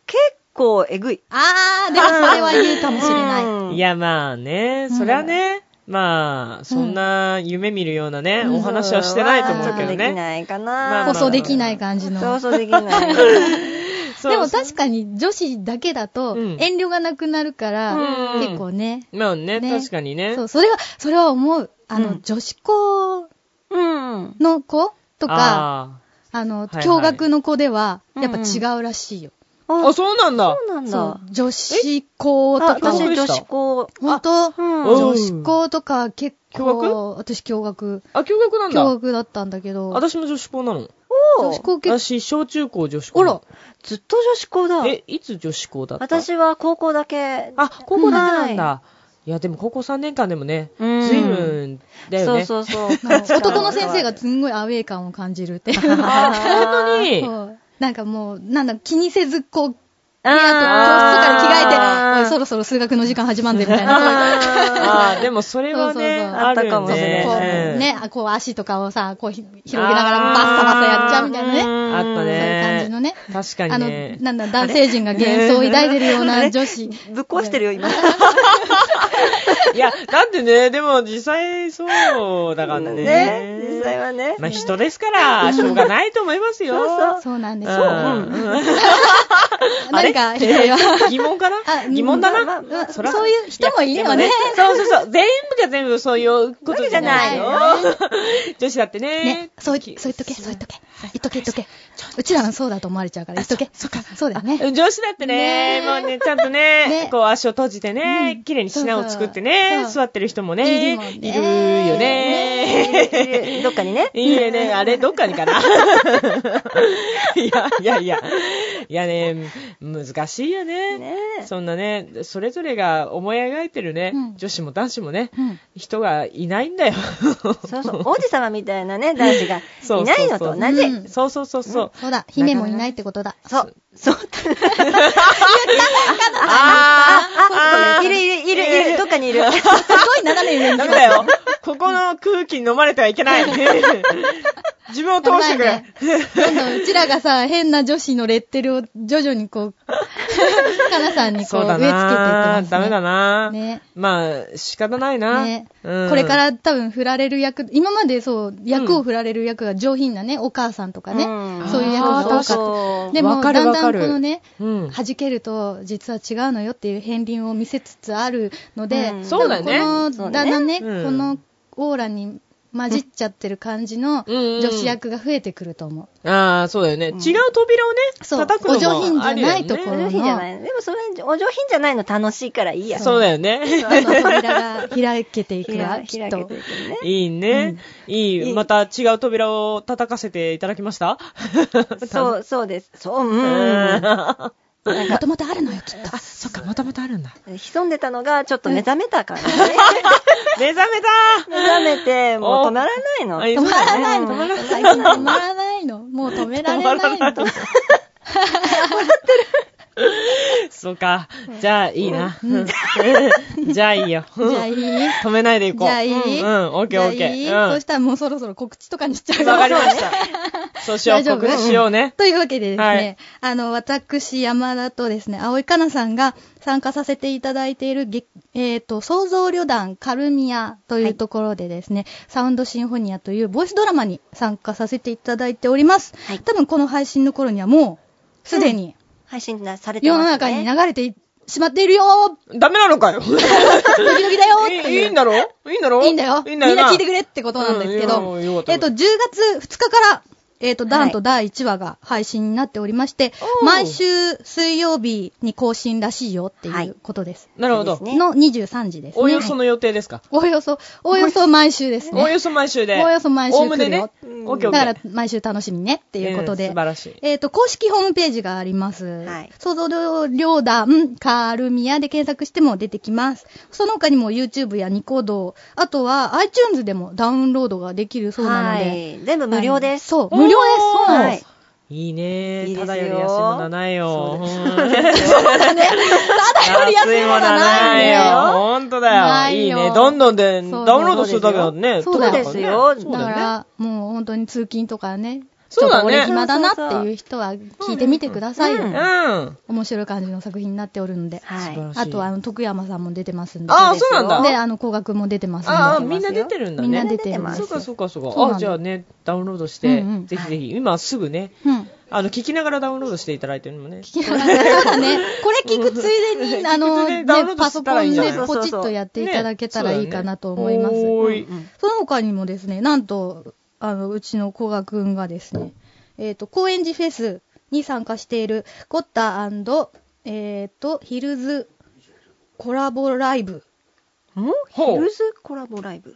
Speaker 4: 結構えぐい。
Speaker 2: あー、でもそれは言うかもしれない。
Speaker 4: うん
Speaker 3: いや、まあね、そりゃね、まあ、そんな夢見るようなね、お話はしてないと思うけど
Speaker 4: ちょっとでき
Speaker 3: ね。
Speaker 4: ないか
Speaker 3: まあ
Speaker 2: 放
Speaker 4: な。
Speaker 3: まあ
Speaker 2: 送できない感じの。
Speaker 4: そうそうできない。
Speaker 3: そう
Speaker 2: でも確かに女子だけだと
Speaker 3: うん
Speaker 2: 遠慮がなくなるから、
Speaker 3: うん
Speaker 2: 結構ね。
Speaker 3: まあね、
Speaker 2: ね
Speaker 3: 確かにね。
Speaker 2: そう、それは、それは思う。あの、
Speaker 4: うん
Speaker 2: 女子校
Speaker 4: うん。
Speaker 2: の子とか、あ
Speaker 3: あ
Speaker 2: の、
Speaker 3: いはい
Speaker 2: 共学の子では、
Speaker 4: うん
Speaker 2: やっぱ違うらしいよ。
Speaker 3: ーあ、そうなんだ。
Speaker 4: そうなん
Speaker 2: そう
Speaker 4: だ。、
Speaker 2: 女子校
Speaker 4: あ
Speaker 2: とか
Speaker 4: 私
Speaker 3: 共
Speaker 2: も
Speaker 3: 学。
Speaker 4: 女子校。
Speaker 2: 本当
Speaker 4: うん
Speaker 3: おう
Speaker 2: 女子校とか結構、私共学、
Speaker 3: あ、共学なん
Speaker 2: 共
Speaker 3: だ。
Speaker 2: 学だったんだけど、
Speaker 3: 私も女子校なの。
Speaker 2: 女子校結構、
Speaker 3: 私、小中高女子校。
Speaker 2: あら、
Speaker 4: ずっと女子校だ。
Speaker 3: え、いつ女子校だった
Speaker 4: 私は高校だけ。
Speaker 3: あ、高校だけなんだ。いや、でも高校3年間でもね、ず
Speaker 4: うん
Speaker 3: いぶんだよね。
Speaker 4: そ うそうそう。
Speaker 2: あの 男の先生がすんごいアウェー感を感じるって いう
Speaker 3: 本当に。
Speaker 2: そうなんかもう、なんだ、気にせず、こう、
Speaker 4: あ
Speaker 2: あと、教室から着替えて、おい、そ
Speaker 4: ろ
Speaker 2: ろそろ数学の時間始まんぜ、みたいな。
Speaker 3: あーあー、でもそれは
Speaker 2: そうそう
Speaker 3: ね、
Speaker 2: そう
Speaker 3: あるよね
Speaker 4: あったかもしれ
Speaker 2: こう、
Speaker 4: な
Speaker 3: うん
Speaker 2: ね、あこう足とかをさ、こうひ広げながらバッサバサやっちゃうみたいなね。そう
Speaker 3: あった
Speaker 2: いう
Speaker 3: ね。
Speaker 2: 感じのね。
Speaker 3: 確か
Speaker 2: あ
Speaker 3: に
Speaker 2: の
Speaker 3: ね、。
Speaker 2: なんだ、男性陣が幻想を抱いてるような女 子。
Speaker 4: ぶっ壊してるよ、今。
Speaker 3: いや、だってね、でも実際そうだからね。
Speaker 4: ね、実際はね。
Speaker 3: まあ人ですから、しょうがないと思いますよ。
Speaker 4: そう
Speaker 2: そうなんです
Speaker 3: う
Speaker 2: よ。
Speaker 3: ん
Speaker 2: 何か、否定は。
Speaker 3: 疑問か
Speaker 2: あ
Speaker 3: な疑問だな。
Speaker 2: まあ
Speaker 3: そら
Speaker 2: そういう人もいるよね
Speaker 3: で。そうそ うそう。全部が全部そういうことじゃないよ
Speaker 2: わ。
Speaker 3: 女子だってね。
Speaker 2: ね、そう、そう言っとけ、そう言っとけ。言っとけ、言っとけ。うちらのそうだと思われちゃうから、言っとけ。そうか、そうだよね。
Speaker 3: 女子だってね、
Speaker 2: ね
Speaker 3: もうね、ちゃんとね、
Speaker 2: ね
Speaker 3: こう足を閉じてね、綺麗に品を作って
Speaker 2: そ
Speaker 3: ね、
Speaker 2: うそう
Speaker 3: 座ってる人もね、
Speaker 2: いるもんね
Speaker 3: いるよね。
Speaker 4: どっかに ね。
Speaker 3: いい ね、あれ、どっかにかな。 いや、いやいや。いやね、難しいよね。
Speaker 4: ね
Speaker 3: そんなね、それぞれが思い描いてるね、
Speaker 2: うん
Speaker 3: 女子も男子もね、
Speaker 2: うん
Speaker 3: 人がいないんだよ。
Speaker 4: そうそう、王子様みたいなね、男子がいないのと同
Speaker 2: う
Speaker 4: じ。
Speaker 2: ん
Speaker 3: そうそうそうそう。
Speaker 2: そうだ、姫もいないってことだ。
Speaker 4: そう、 そう。
Speaker 3: あ
Speaker 4: あ、いるいるいるいる、どっかにいる。
Speaker 2: すごい斜め上に
Speaker 3: ダメだよ。ここの空気に飲まれてはいけない。自分を通してく
Speaker 2: やばい
Speaker 3: れ
Speaker 2: ね。どんどんうちらがさ、変な女子のレッテルを徐々にこう、かなさんにこ
Speaker 3: そうう
Speaker 2: 植え
Speaker 3: だ
Speaker 2: 付けていってます
Speaker 3: な
Speaker 2: ね。
Speaker 3: ダメだな
Speaker 2: ね
Speaker 3: まあ、仕方ないな、
Speaker 2: ね
Speaker 3: うん
Speaker 2: これから多分振られる役、今までそう、役を振られる役が上品なね、お母さんとかね、
Speaker 4: うん
Speaker 2: そういう役が多かっ
Speaker 3: あー確
Speaker 2: た。
Speaker 4: そう
Speaker 2: で
Speaker 3: わ
Speaker 2: も、
Speaker 3: かる
Speaker 2: だん
Speaker 3: わ
Speaker 2: だ
Speaker 3: か
Speaker 2: ん
Speaker 3: る
Speaker 2: このね、
Speaker 3: うん。
Speaker 2: 弾けると、実は違うのよっていう片鱗を見せつつあるので、
Speaker 4: うん
Speaker 3: そうだよね
Speaker 2: 多分こ
Speaker 4: そう
Speaker 2: の、だ
Speaker 4: だね
Speaker 2: んだんね、
Speaker 3: うん
Speaker 2: このオーラに混じっちゃってる感じの
Speaker 3: うん
Speaker 2: 女子役が増えてくると思う。
Speaker 3: ああ、そうだよね、
Speaker 4: ん
Speaker 3: 違う扉をね、
Speaker 2: そう
Speaker 3: 叩くのもありだよね
Speaker 2: お上品じゃないとこ
Speaker 4: お
Speaker 2: ろ
Speaker 4: 上品じゃない。でもそれ、お上品じゃないの楽しいからいいや。
Speaker 3: そうだよね。
Speaker 2: どんどん扉が開けていく
Speaker 4: ひ ら
Speaker 2: わ、
Speaker 4: ひ
Speaker 2: き
Speaker 4: ら
Speaker 2: っ
Speaker 4: けて
Speaker 2: と
Speaker 4: く。るね。
Speaker 3: いいね、いい。また違う扉を叩かせていただきました
Speaker 4: そう、そうです。そう、う。
Speaker 3: うんあ、
Speaker 2: もともとあるのよ、きっと。
Speaker 3: そっか、またまたあるんだ。
Speaker 4: 潜んでたのが、ちょっと目覚めた感じね。
Speaker 3: 目覚めた
Speaker 4: 目覚めて、もう止まらないの。
Speaker 3: あいい
Speaker 2: 止ま らないの、
Speaker 4: 止まらない
Speaker 2: 最近止まらないの。もう止められないの。
Speaker 3: そうか。じゃあ、いいな。じゃあ、いいよ。
Speaker 2: じゃあいい
Speaker 3: 止めないでいこう。
Speaker 2: じゃあいい
Speaker 3: うん、うんオッケーオッ
Speaker 2: じ
Speaker 3: ケ
Speaker 2: ゃあいい
Speaker 3: ー。うん
Speaker 2: そしたらもうそろそろ告知とかにしちゃう
Speaker 3: わかりました。そうしよう、
Speaker 2: 大丈夫
Speaker 3: 告知しようね。
Speaker 2: というわけでですね、
Speaker 3: はい
Speaker 2: あの、私、山田とですね、葵香奈さんが参加させていただいているげ、えっ、と、創造旅団カルミアというところでですね、サウンドシンフォニアというボイスドラマに参加させていただいております。
Speaker 4: はい
Speaker 2: 多分この配信の頃にはもう、すでに
Speaker 4: 配信されて
Speaker 2: 世
Speaker 4: ます
Speaker 2: の
Speaker 4: ね。
Speaker 2: 中に流れてしまっているよー
Speaker 3: ダメなのかよ。
Speaker 2: ドキドキだよーって
Speaker 3: い
Speaker 2: いう。
Speaker 3: いいんだろいいんだろ
Speaker 2: いいんだよ。
Speaker 3: い
Speaker 2: み
Speaker 3: いん
Speaker 2: ん
Speaker 3: だよ
Speaker 2: な聞いてくれってことなんですけど、
Speaker 3: うんいやよかった
Speaker 2: えっと、10月2日から、えっ、と、ダンと第1話が配信になっておりまして、
Speaker 3: おー
Speaker 2: 毎週水曜日に更新らしいよって
Speaker 4: はいいう
Speaker 2: ことです。
Speaker 3: なるほ
Speaker 4: そう
Speaker 3: ど
Speaker 4: で。すね
Speaker 2: の23時ですね。
Speaker 3: おおよその予定ですか。
Speaker 2: おおよそ、おおよそ毎週です
Speaker 3: おお
Speaker 2: ね。
Speaker 3: よそ毎週で。
Speaker 2: おおよそ毎週
Speaker 3: おおむねね。
Speaker 2: 来
Speaker 3: オ
Speaker 2: る
Speaker 3: ッケー
Speaker 2: だ
Speaker 3: オッケー。
Speaker 2: から毎週楽しみねっていうことで。
Speaker 3: うん素晴らしい。
Speaker 2: えっ、と、公式ホームページがあります。
Speaker 4: はい
Speaker 2: 創造料団、カールミアで検索しても出てきます。その他にも YouTube やニコ動、あとは iTunes でもダウンロードができるそうなの
Speaker 4: は
Speaker 2: で。
Speaker 4: い。全部無料で
Speaker 2: はい
Speaker 4: す。
Speaker 2: そう、無料です。
Speaker 3: お
Speaker 2: そう
Speaker 3: ー
Speaker 2: なん
Speaker 4: は
Speaker 2: で
Speaker 4: い
Speaker 2: す。。
Speaker 3: いいね
Speaker 4: いいですよ
Speaker 3: ただより安いものはないよ。うん
Speaker 2: ただより安いものはない
Speaker 3: 安いものはないよ
Speaker 2: よ。
Speaker 3: ほんとだよ。
Speaker 2: ないよ
Speaker 3: いいね。どんどんで、
Speaker 2: そう
Speaker 3: ダウンロードするだけだね。
Speaker 2: そうだよ
Speaker 3: とかね
Speaker 4: そうですよ
Speaker 3: そう
Speaker 2: だか
Speaker 3: だよね。
Speaker 2: ら、もう本当に通勤とかね、ち
Speaker 3: そ
Speaker 2: ょっ
Speaker 3: う
Speaker 2: と
Speaker 3: だね
Speaker 2: 俺暇だなっていう人は聞いてみてくださいよ。
Speaker 4: うん
Speaker 3: うん。
Speaker 2: 面白い感じの作品になっておるので。
Speaker 4: は
Speaker 3: 素晴ら
Speaker 4: い。
Speaker 3: しい
Speaker 2: あと、あの、徳山さんも出てますんで。
Speaker 3: ああ、そうなんだ。
Speaker 2: で、あの、高額も出てますんで。
Speaker 3: ああ、みんな出てるんだね。
Speaker 2: みんな出てます。
Speaker 3: そうかそうかそう
Speaker 2: そうなん
Speaker 3: か。
Speaker 2: だ
Speaker 3: あ、じゃあね、ダウンロードして
Speaker 2: うんう、ん
Speaker 3: ぜひぜひ、今すぐね、
Speaker 2: うん。
Speaker 3: あの、聞きながらダウンロードしていただいてるのもね。
Speaker 2: 聞きながら、そうだね。これ聞くついで
Speaker 3: 聞くつい
Speaker 2: に、
Speaker 3: で
Speaker 2: あの、
Speaker 3: に
Speaker 2: ね
Speaker 3: ダウンロー、ド
Speaker 2: パ
Speaker 3: し
Speaker 2: ソ
Speaker 3: た
Speaker 2: コ
Speaker 3: らいいん
Speaker 2: ン
Speaker 3: じゃな
Speaker 2: で
Speaker 3: い
Speaker 2: ポチッとやっていただけたらいいかなと思います。
Speaker 3: ねそうだよね
Speaker 4: うん
Speaker 2: その他にもですね、なんと、あの、うちの古賀くんがですね、えっ、と、高円寺フェスに参加している、ゴッタえっ、と、ヒルズコラボライブ
Speaker 3: ほ
Speaker 4: ヒ
Speaker 3: う
Speaker 4: ル。ズコラボライブ。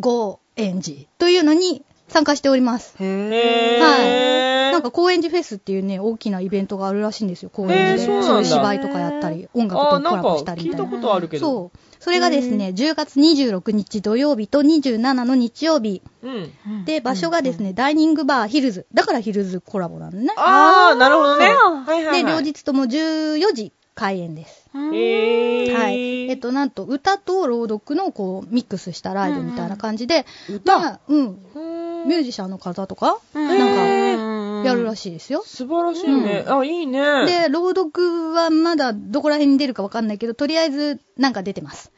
Speaker 2: ゴーエンジというのに参加しております。
Speaker 3: へ
Speaker 2: はい。なんか
Speaker 3: か、
Speaker 2: 高円寺フェスっていうね、大きなイベントがあるらしいんですよ、高
Speaker 3: へ
Speaker 2: 円寺
Speaker 3: ー
Speaker 2: で。
Speaker 3: そうなんだ
Speaker 2: の芝居とかやったり、音楽
Speaker 3: あ
Speaker 2: と
Speaker 3: ー、な
Speaker 2: コ
Speaker 3: ん
Speaker 2: ラ
Speaker 3: か
Speaker 2: ボしたり
Speaker 3: 聞
Speaker 2: み
Speaker 3: い
Speaker 2: た
Speaker 3: た
Speaker 2: い
Speaker 3: こ
Speaker 2: な。
Speaker 3: とあるけど。
Speaker 2: そう。それがですね、10月26日土曜日と27の日曜日。
Speaker 3: う。うん。
Speaker 2: で、場所がですね、ダイニングバーヒルズ。だからヒルズコラボなのね。
Speaker 3: ああ、なるほどね。はいは
Speaker 2: で、
Speaker 3: いは
Speaker 2: 両
Speaker 3: い。
Speaker 2: 日とも14時開演です。
Speaker 3: えー
Speaker 2: はい。えっと、なんと、歌と朗読の、こう、ミックスしたライブみたいな感じで、
Speaker 3: 歌
Speaker 2: まあうん、
Speaker 3: うん
Speaker 2: ミュージシャンの方とか、なん
Speaker 3: へー
Speaker 2: か、やるらしいですよ。
Speaker 3: 素晴らしいね。あ、いい ね。
Speaker 2: で、朗読はまだどこら辺に出るかわかんないけど、とりあえず、なんか出てます。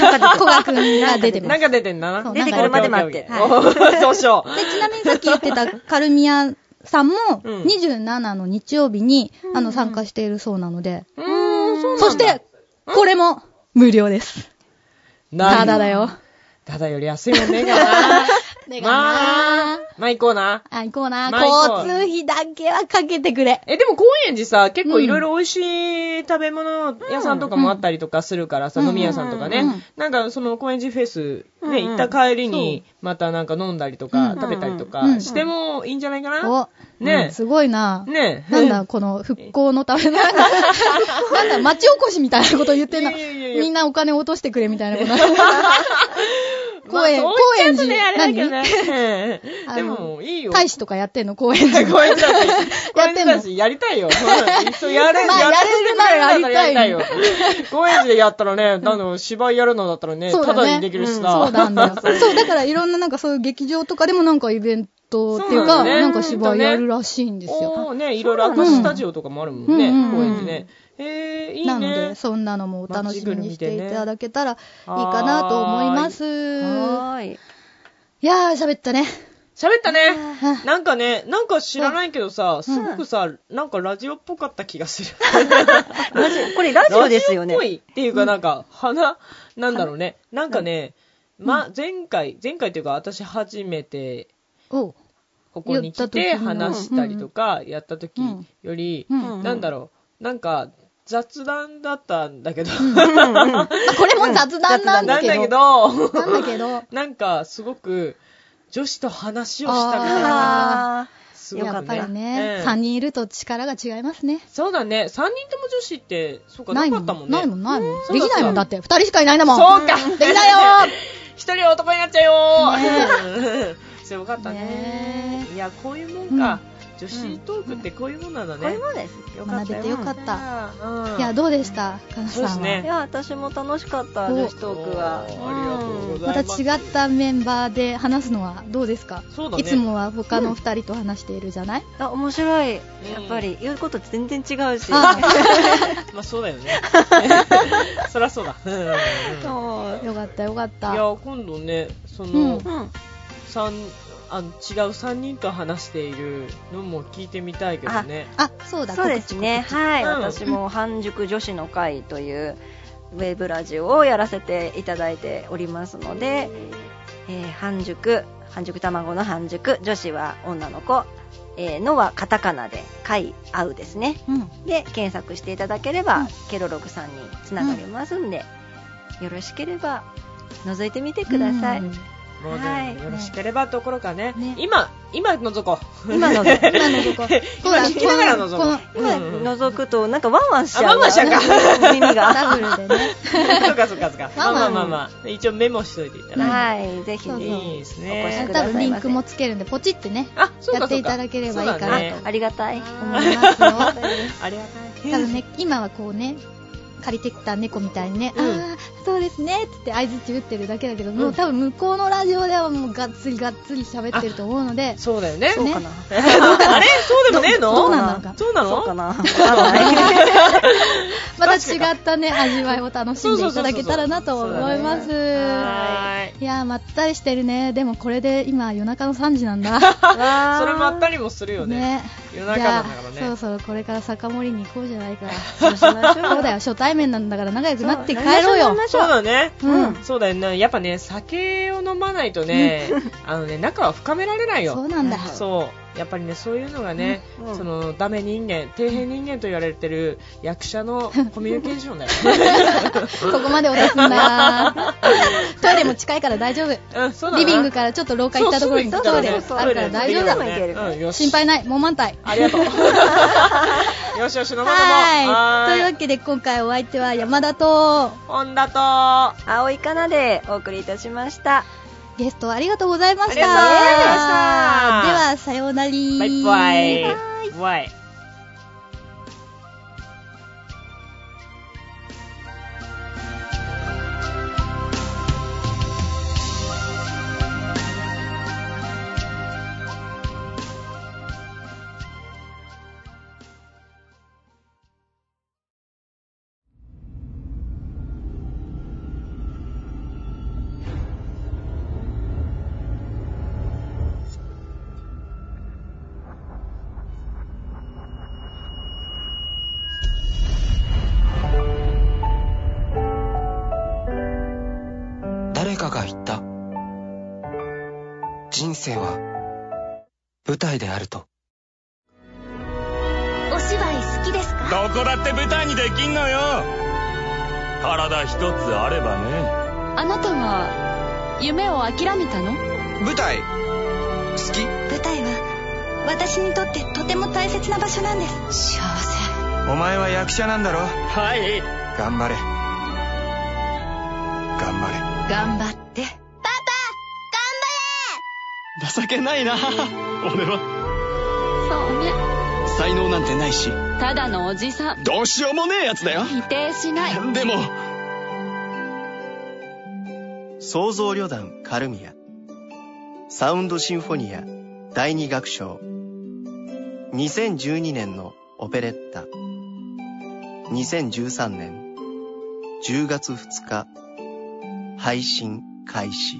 Speaker 2: なんか、古賀くんが出てま
Speaker 3: な
Speaker 2: す
Speaker 3: ん。か出てんだ
Speaker 2: そ
Speaker 3: な。
Speaker 2: う出てく
Speaker 4: るまで待って
Speaker 3: オッケーオッケーオッケーそうしよ
Speaker 2: でちなみにさっき言ってたカルミアさんも、
Speaker 3: うん
Speaker 2: 27の日曜日に、あの、参加しているそうなので、
Speaker 3: う。うーん、そう
Speaker 2: そして、これも、無料です。
Speaker 3: なん
Speaker 2: ただだ。よ。
Speaker 3: ただより安いもんねえか な。まあ、まあ行こうな。
Speaker 2: あ、行こうな。
Speaker 3: まあ行こう
Speaker 2: 交通費だけはかけてくれ。
Speaker 3: え、でも高円寺さ、結構いろいろ美味しい食べ物屋さんとかもあったりとかするからさ、飲み屋さんとかね。なんかその高円寺フェス、ね、行った帰りに、またなんか飲んだりとか、食べたりと
Speaker 2: う
Speaker 3: か、
Speaker 2: ん
Speaker 3: してもいいんじゃないかな。
Speaker 2: お、
Speaker 3: ね
Speaker 2: すごいな。
Speaker 3: ねえ
Speaker 2: なんだ、この復興のための、なんかなんだ、町おこしみたいなこと言ってんな。
Speaker 3: いやいやいやいや
Speaker 2: みんなお金落としてくれみたいなこと。
Speaker 3: まあ
Speaker 2: 高円
Speaker 3: そう言っちゃうとね、あれだけどね。
Speaker 2: 何
Speaker 3: でも、いいよ。
Speaker 2: 大使とかやってんの、公 園で。
Speaker 3: 高円寺だし、高
Speaker 2: やっ
Speaker 3: 円
Speaker 2: て
Speaker 3: 寺
Speaker 2: んの
Speaker 3: だし、やりた いよ。うんそうやれ、
Speaker 2: まあやれるならやりたい
Speaker 3: やれるならやりたいよ。 高円寺でやったらね、なんだろう芝居やるのだったらね、
Speaker 2: そうだ
Speaker 3: た
Speaker 2: ね
Speaker 3: だにできるしさ。
Speaker 2: そうなんだよ。そう、だからいろんななんかそういう劇場とかでもなんかイベントっていう
Speaker 3: そ
Speaker 2: か、
Speaker 3: うなんだね
Speaker 2: なんか芝居やるらしいんですよ。
Speaker 3: おーね、いろいろアクスタジオとかもあるもんね、
Speaker 2: うん
Speaker 3: 公園でね。えー、いいね。
Speaker 2: なので、そんなのもお楽しみにしていただけたらいいかなと思います。い
Speaker 4: はーい。
Speaker 2: やー、喋ったね。
Speaker 3: 喋ったね。なんかね、なんか知らないけどさ、すごくさ、なんかラジオっぽかった気がする。
Speaker 4: ラジこれラジオですよね。
Speaker 3: ラジオっぽいっていうか、なんか、花、なんだろうね。なんかね、ま、前回、前回っていうか、私初めて、
Speaker 2: おう。
Speaker 3: ここに来
Speaker 2: や
Speaker 3: て
Speaker 2: った時の
Speaker 3: 話したりとか、やった時
Speaker 2: うん
Speaker 3: より、
Speaker 2: うん
Speaker 4: うん
Speaker 3: なんだろう、なんか、雑談だったんだけど、
Speaker 2: あこれも雑談なん
Speaker 3: な
Speaker 2: だ
Speaker 3: ん
Speaker 2: け
Speaker 3: だけ
Speaker 2: ど。
Speaker 3: ど、
Speaker 2: なんだけ ど。
Speaker 3: なんか、すごく、女子と話をしたみたいな。
Speaker 4: あ
Speaker 3: すごく
Speaker 4: よ
Speaker 2: や
Speaker 4: か
Speaker 2: っ
Speaker 4: った
Speaker 2: ぱり
Speaker 3: う
Speaker 2: ね、
Speaker 3: ん
Speaker 2: 3人いると力が違いますね。
Speaker 3: そうだね。3人とも女子って、そうか、
Speaker 2: な
Speaker 3: ないか
Speaker 2: も
Speaker 3: っ
Speaker 2: ん、
Speaker 3: たもんね。
Speaker 2: ないもん、ないもん。
Speaker 3: そう
Speaker 2: で
Speaker 3: だ
Speaker 2: きないも、
Speaker 3: そうんだ
Speaker 2: だって。2人しかいないんだもん。
Speaker 3: そうか。
Speaker 2: できないよ
Speaker 3: 一人男になっちゃうよ ー。強かったね
Speaker 2: ね。
Speaker 3: いや、こういうもんか。女子トークってこういうもんなんだ
Speaker 4: ーこうい
Speaker 3: ね
Speaker 4: う。もんで
Speaker 2: 学
Speaker 3: よかった
Speaker 4: す。
Speaker 2: べてよかった
Speaker 3: うん
Speaker 2: いや、どうでしたかな
Speaker 3: そうで
Speaker 2: さ
Speaker 3: す
Speaker 2: んは
Speaker 3: ね
Speaker 4: い。や、私も楽しかった、
Speaker 2: お
Speaker 4: 女子トークは。
Speaker 3: おーありがとうござ
Speaker 2: ま
Speaker 3: い
Speaker 2: た
Speaker 3: ます。
Speaker 2: 違ったメンバーで話すのはどうですか
Speaker 3: そうだね
Speaker 2: いつもは他の2人と話しているじゃない、
Speaker 4: あ、面白い。やっぱり、言うこと全然違うし。
Speaker 2: あ
Speaker 3: まあ、そうだよ ね。 そりゃそうだ。うんうんうん
Speaker 4: そう
Speaker 2: あ、よかったよかった。
Speaker 3: い
Speaker 2: うん。
Speaker 3: や、今度ね、その、
Speaker 4: うん。
Speaker 3: 三あの違う3人と話しているのも聞いてみたいけどね。
Speaker 2: あ、そうだ、
Speaker 4: そうですね。はい。
Speaker 3: うん
Speaker 4: 私も、半熟女子の会という、ウェブラジオをやらせていただいておりますので、えー半熟、半熟卵の半熟、女子は女の子、えーのはカタカナで、会、会うですね。
Speaker 2: 告知。うん。
Speaker 4: で検索していただければ、ケロログさんにつながりますんで、よろしければ覗いてみてください、
Speaker 2: うん
Speaker 3: もう
Speaker 4: は
Speaker 3: ね
Speaker 4: い
Speaker 3: よろしければどころかね
Speaker 2: ね
Speaker 3: 今今覗こう
Speaker 4: 今の
Speaker 2: 今のとこ。そう
Speaker 3: 今
Speaker 2: だ、
Speaker 3: 聞きながら
Speaker 2: この
Speaker 3: 覗
Speaker 2: こ
Speaker 3: こ
Speaker 2: の
Speaker 3: う
Speaker 4: 今
Speaker 3: うん
Speaker 4: 覗くとなんかワンワンしちゃう
Speaker 3: あワンワンしちゃう
Speaker 4: か耳が
Speaker 2: ダブルで ね。
Speaker 3: そうかそうかそうか
Speaker 2: ま
Speaker 3: まあ
Speaker 2: あ
Speaker 3: ま
Speaker 2: ま
Speaker 3: あ
Speaker 2: あ
Speaker 3: まあまあ一応メモしといていただいて
Speaker 4: はいぜひ
Speaker 2: そうそう
Speaker 3: いいですね
Speaker 4: お越しくだ
Speaker 2: 多
Speaker 4: さいませ
Speaker 2: 分リンクもつけるんで、ポチってね、
Speaker 3: あそうかそうか
Speaker 2: やっていただければいいか
Speaker 3: そう
Speaker 2: な
Speaker 3: だ
Speaker 2: と
Speaker 3: ね
Speaker 4: ありがたい
Speaker 2: 思いますよ。
Speaker 3: ありが
Speaker 2: 多
Speaker 3: たい
Speaker 2: 分ね、今はこうね、借りてきた猫みたいにね、
Speaker 3: うん
Speaker 2: ああ、そうですねっつって合図打ってるだけだけど、も
Speaker 3: うん
Speaker 2: う多分向こうのラジオではもうがっつりがっつり喋ってると思うので、
Speaker 3: そうだよね
Speaker 4: そうかな、
Speaker 3: あれそうでもねえの
Speaker 2: どうなのか
Speaker 3: そうな
Speaker 4: そう
Speaker 3: の
Speaker 4: かなわかんない
Speaker 2: また違ったね、味わいを楽しんでいただけたらなと
Speaker 3: そう
Speaker 2: 思
Speaker 3: そうそうそう
Speaker 2: います。
Speaker 3: はーい
Speaker 2: いやー、まったりしてるね。でもこれで今夜中の3時なんだ。
Speaker 4: わー
Speaker 3: それまったりもするよね夜中
Speaker 2: じ
Speaker 3: な
Speaker 2: ゃ
Speaker 3: んだから
Speaker 2: あ、
Speaker 3: ね
Speaker 2: そろそろこれから酒盛りに行こうじゃないか。
Speaker 4: そうし ましょう
Speaker 2: そうだよ、初対面なんだから仲良くなって帰ろうよ。
Speaker 3: そうだね
Speaker 2: うん。
Speaker 3: そうだよねやっぱね酒を飲まないとねあのね仲は深められないよ
Speaker 2: そうなんだ。
Speaker 3: そうやっぱりねそういうのがね、
Speaker 4: うん
Speaker 3: そのダメ人間底辺人間と言われてる役者のコミュニケーション だよ、
Speaker 2: ここまで落とすんだ。トイレも近いから大丈夫。
Speaker 3: うん、そうだな
Speaker 2: リビングからちょっと廊下行ったところに
Speaker 3: そう
Speaker 2: ト
Speaker 3: そう
Speaker 2: イレ
Speaker 3: そうそう
Speaker 2: あるから大丈夫
Speaker 4: トイレ
Speaker 2: だ。
Speaker 4: 行け
Speaker 3: う
Speaker 4: る
Speaker 3: ん、よし
Speaker 2: 心配ない、もう満タイ。
Speaker 3: ありがとう よしよし飲もう飲もう
Speaker 2: はい。というわ
Speaker 3: はーい
Speaker 2: けで今回お相手は山田と、
Speaker 3: 本田とあ
Speaker 4: 青いかなでお送りいたしました
Speaker 2: ゲストありがとうございました。
Speaker 3: ありがとうございました
Speaker 2: では、さようなら。
Speaker 3: バイバイバイ
Speaker 7: 誰かが言った。人生は舞台であると。
Speaker 8: お芝居好きですか
Speaker 9: どこだって舞台にできんのよ体一つあればね
Speaker 8: あなたは夢を諦めたの舞
Speaker 7: 舞台好き
Speaker 8: 台は私にとってとても大切な場所なんです幸せ
Speaker 7: お前は役者なんだろ
Speaker 3: はい
Speaker 7: 頑張れ。頑張
Speaker 8: 頑張って
Speaker 7: れ。情けないな。俺は
Speaker 8: そうね
Speaker 7: 才能なんてないし、
Speaker 8: ただのおじさん
Speaker 7: どうしようもねえやつだよ。
Speaker 8: 否定しない
Speaker 7: でも、創造旅団カルミア、サウンドシンフォニア、
Speaker 10: 第二楽章2012年のオペレッタ2013年10月2日配信開始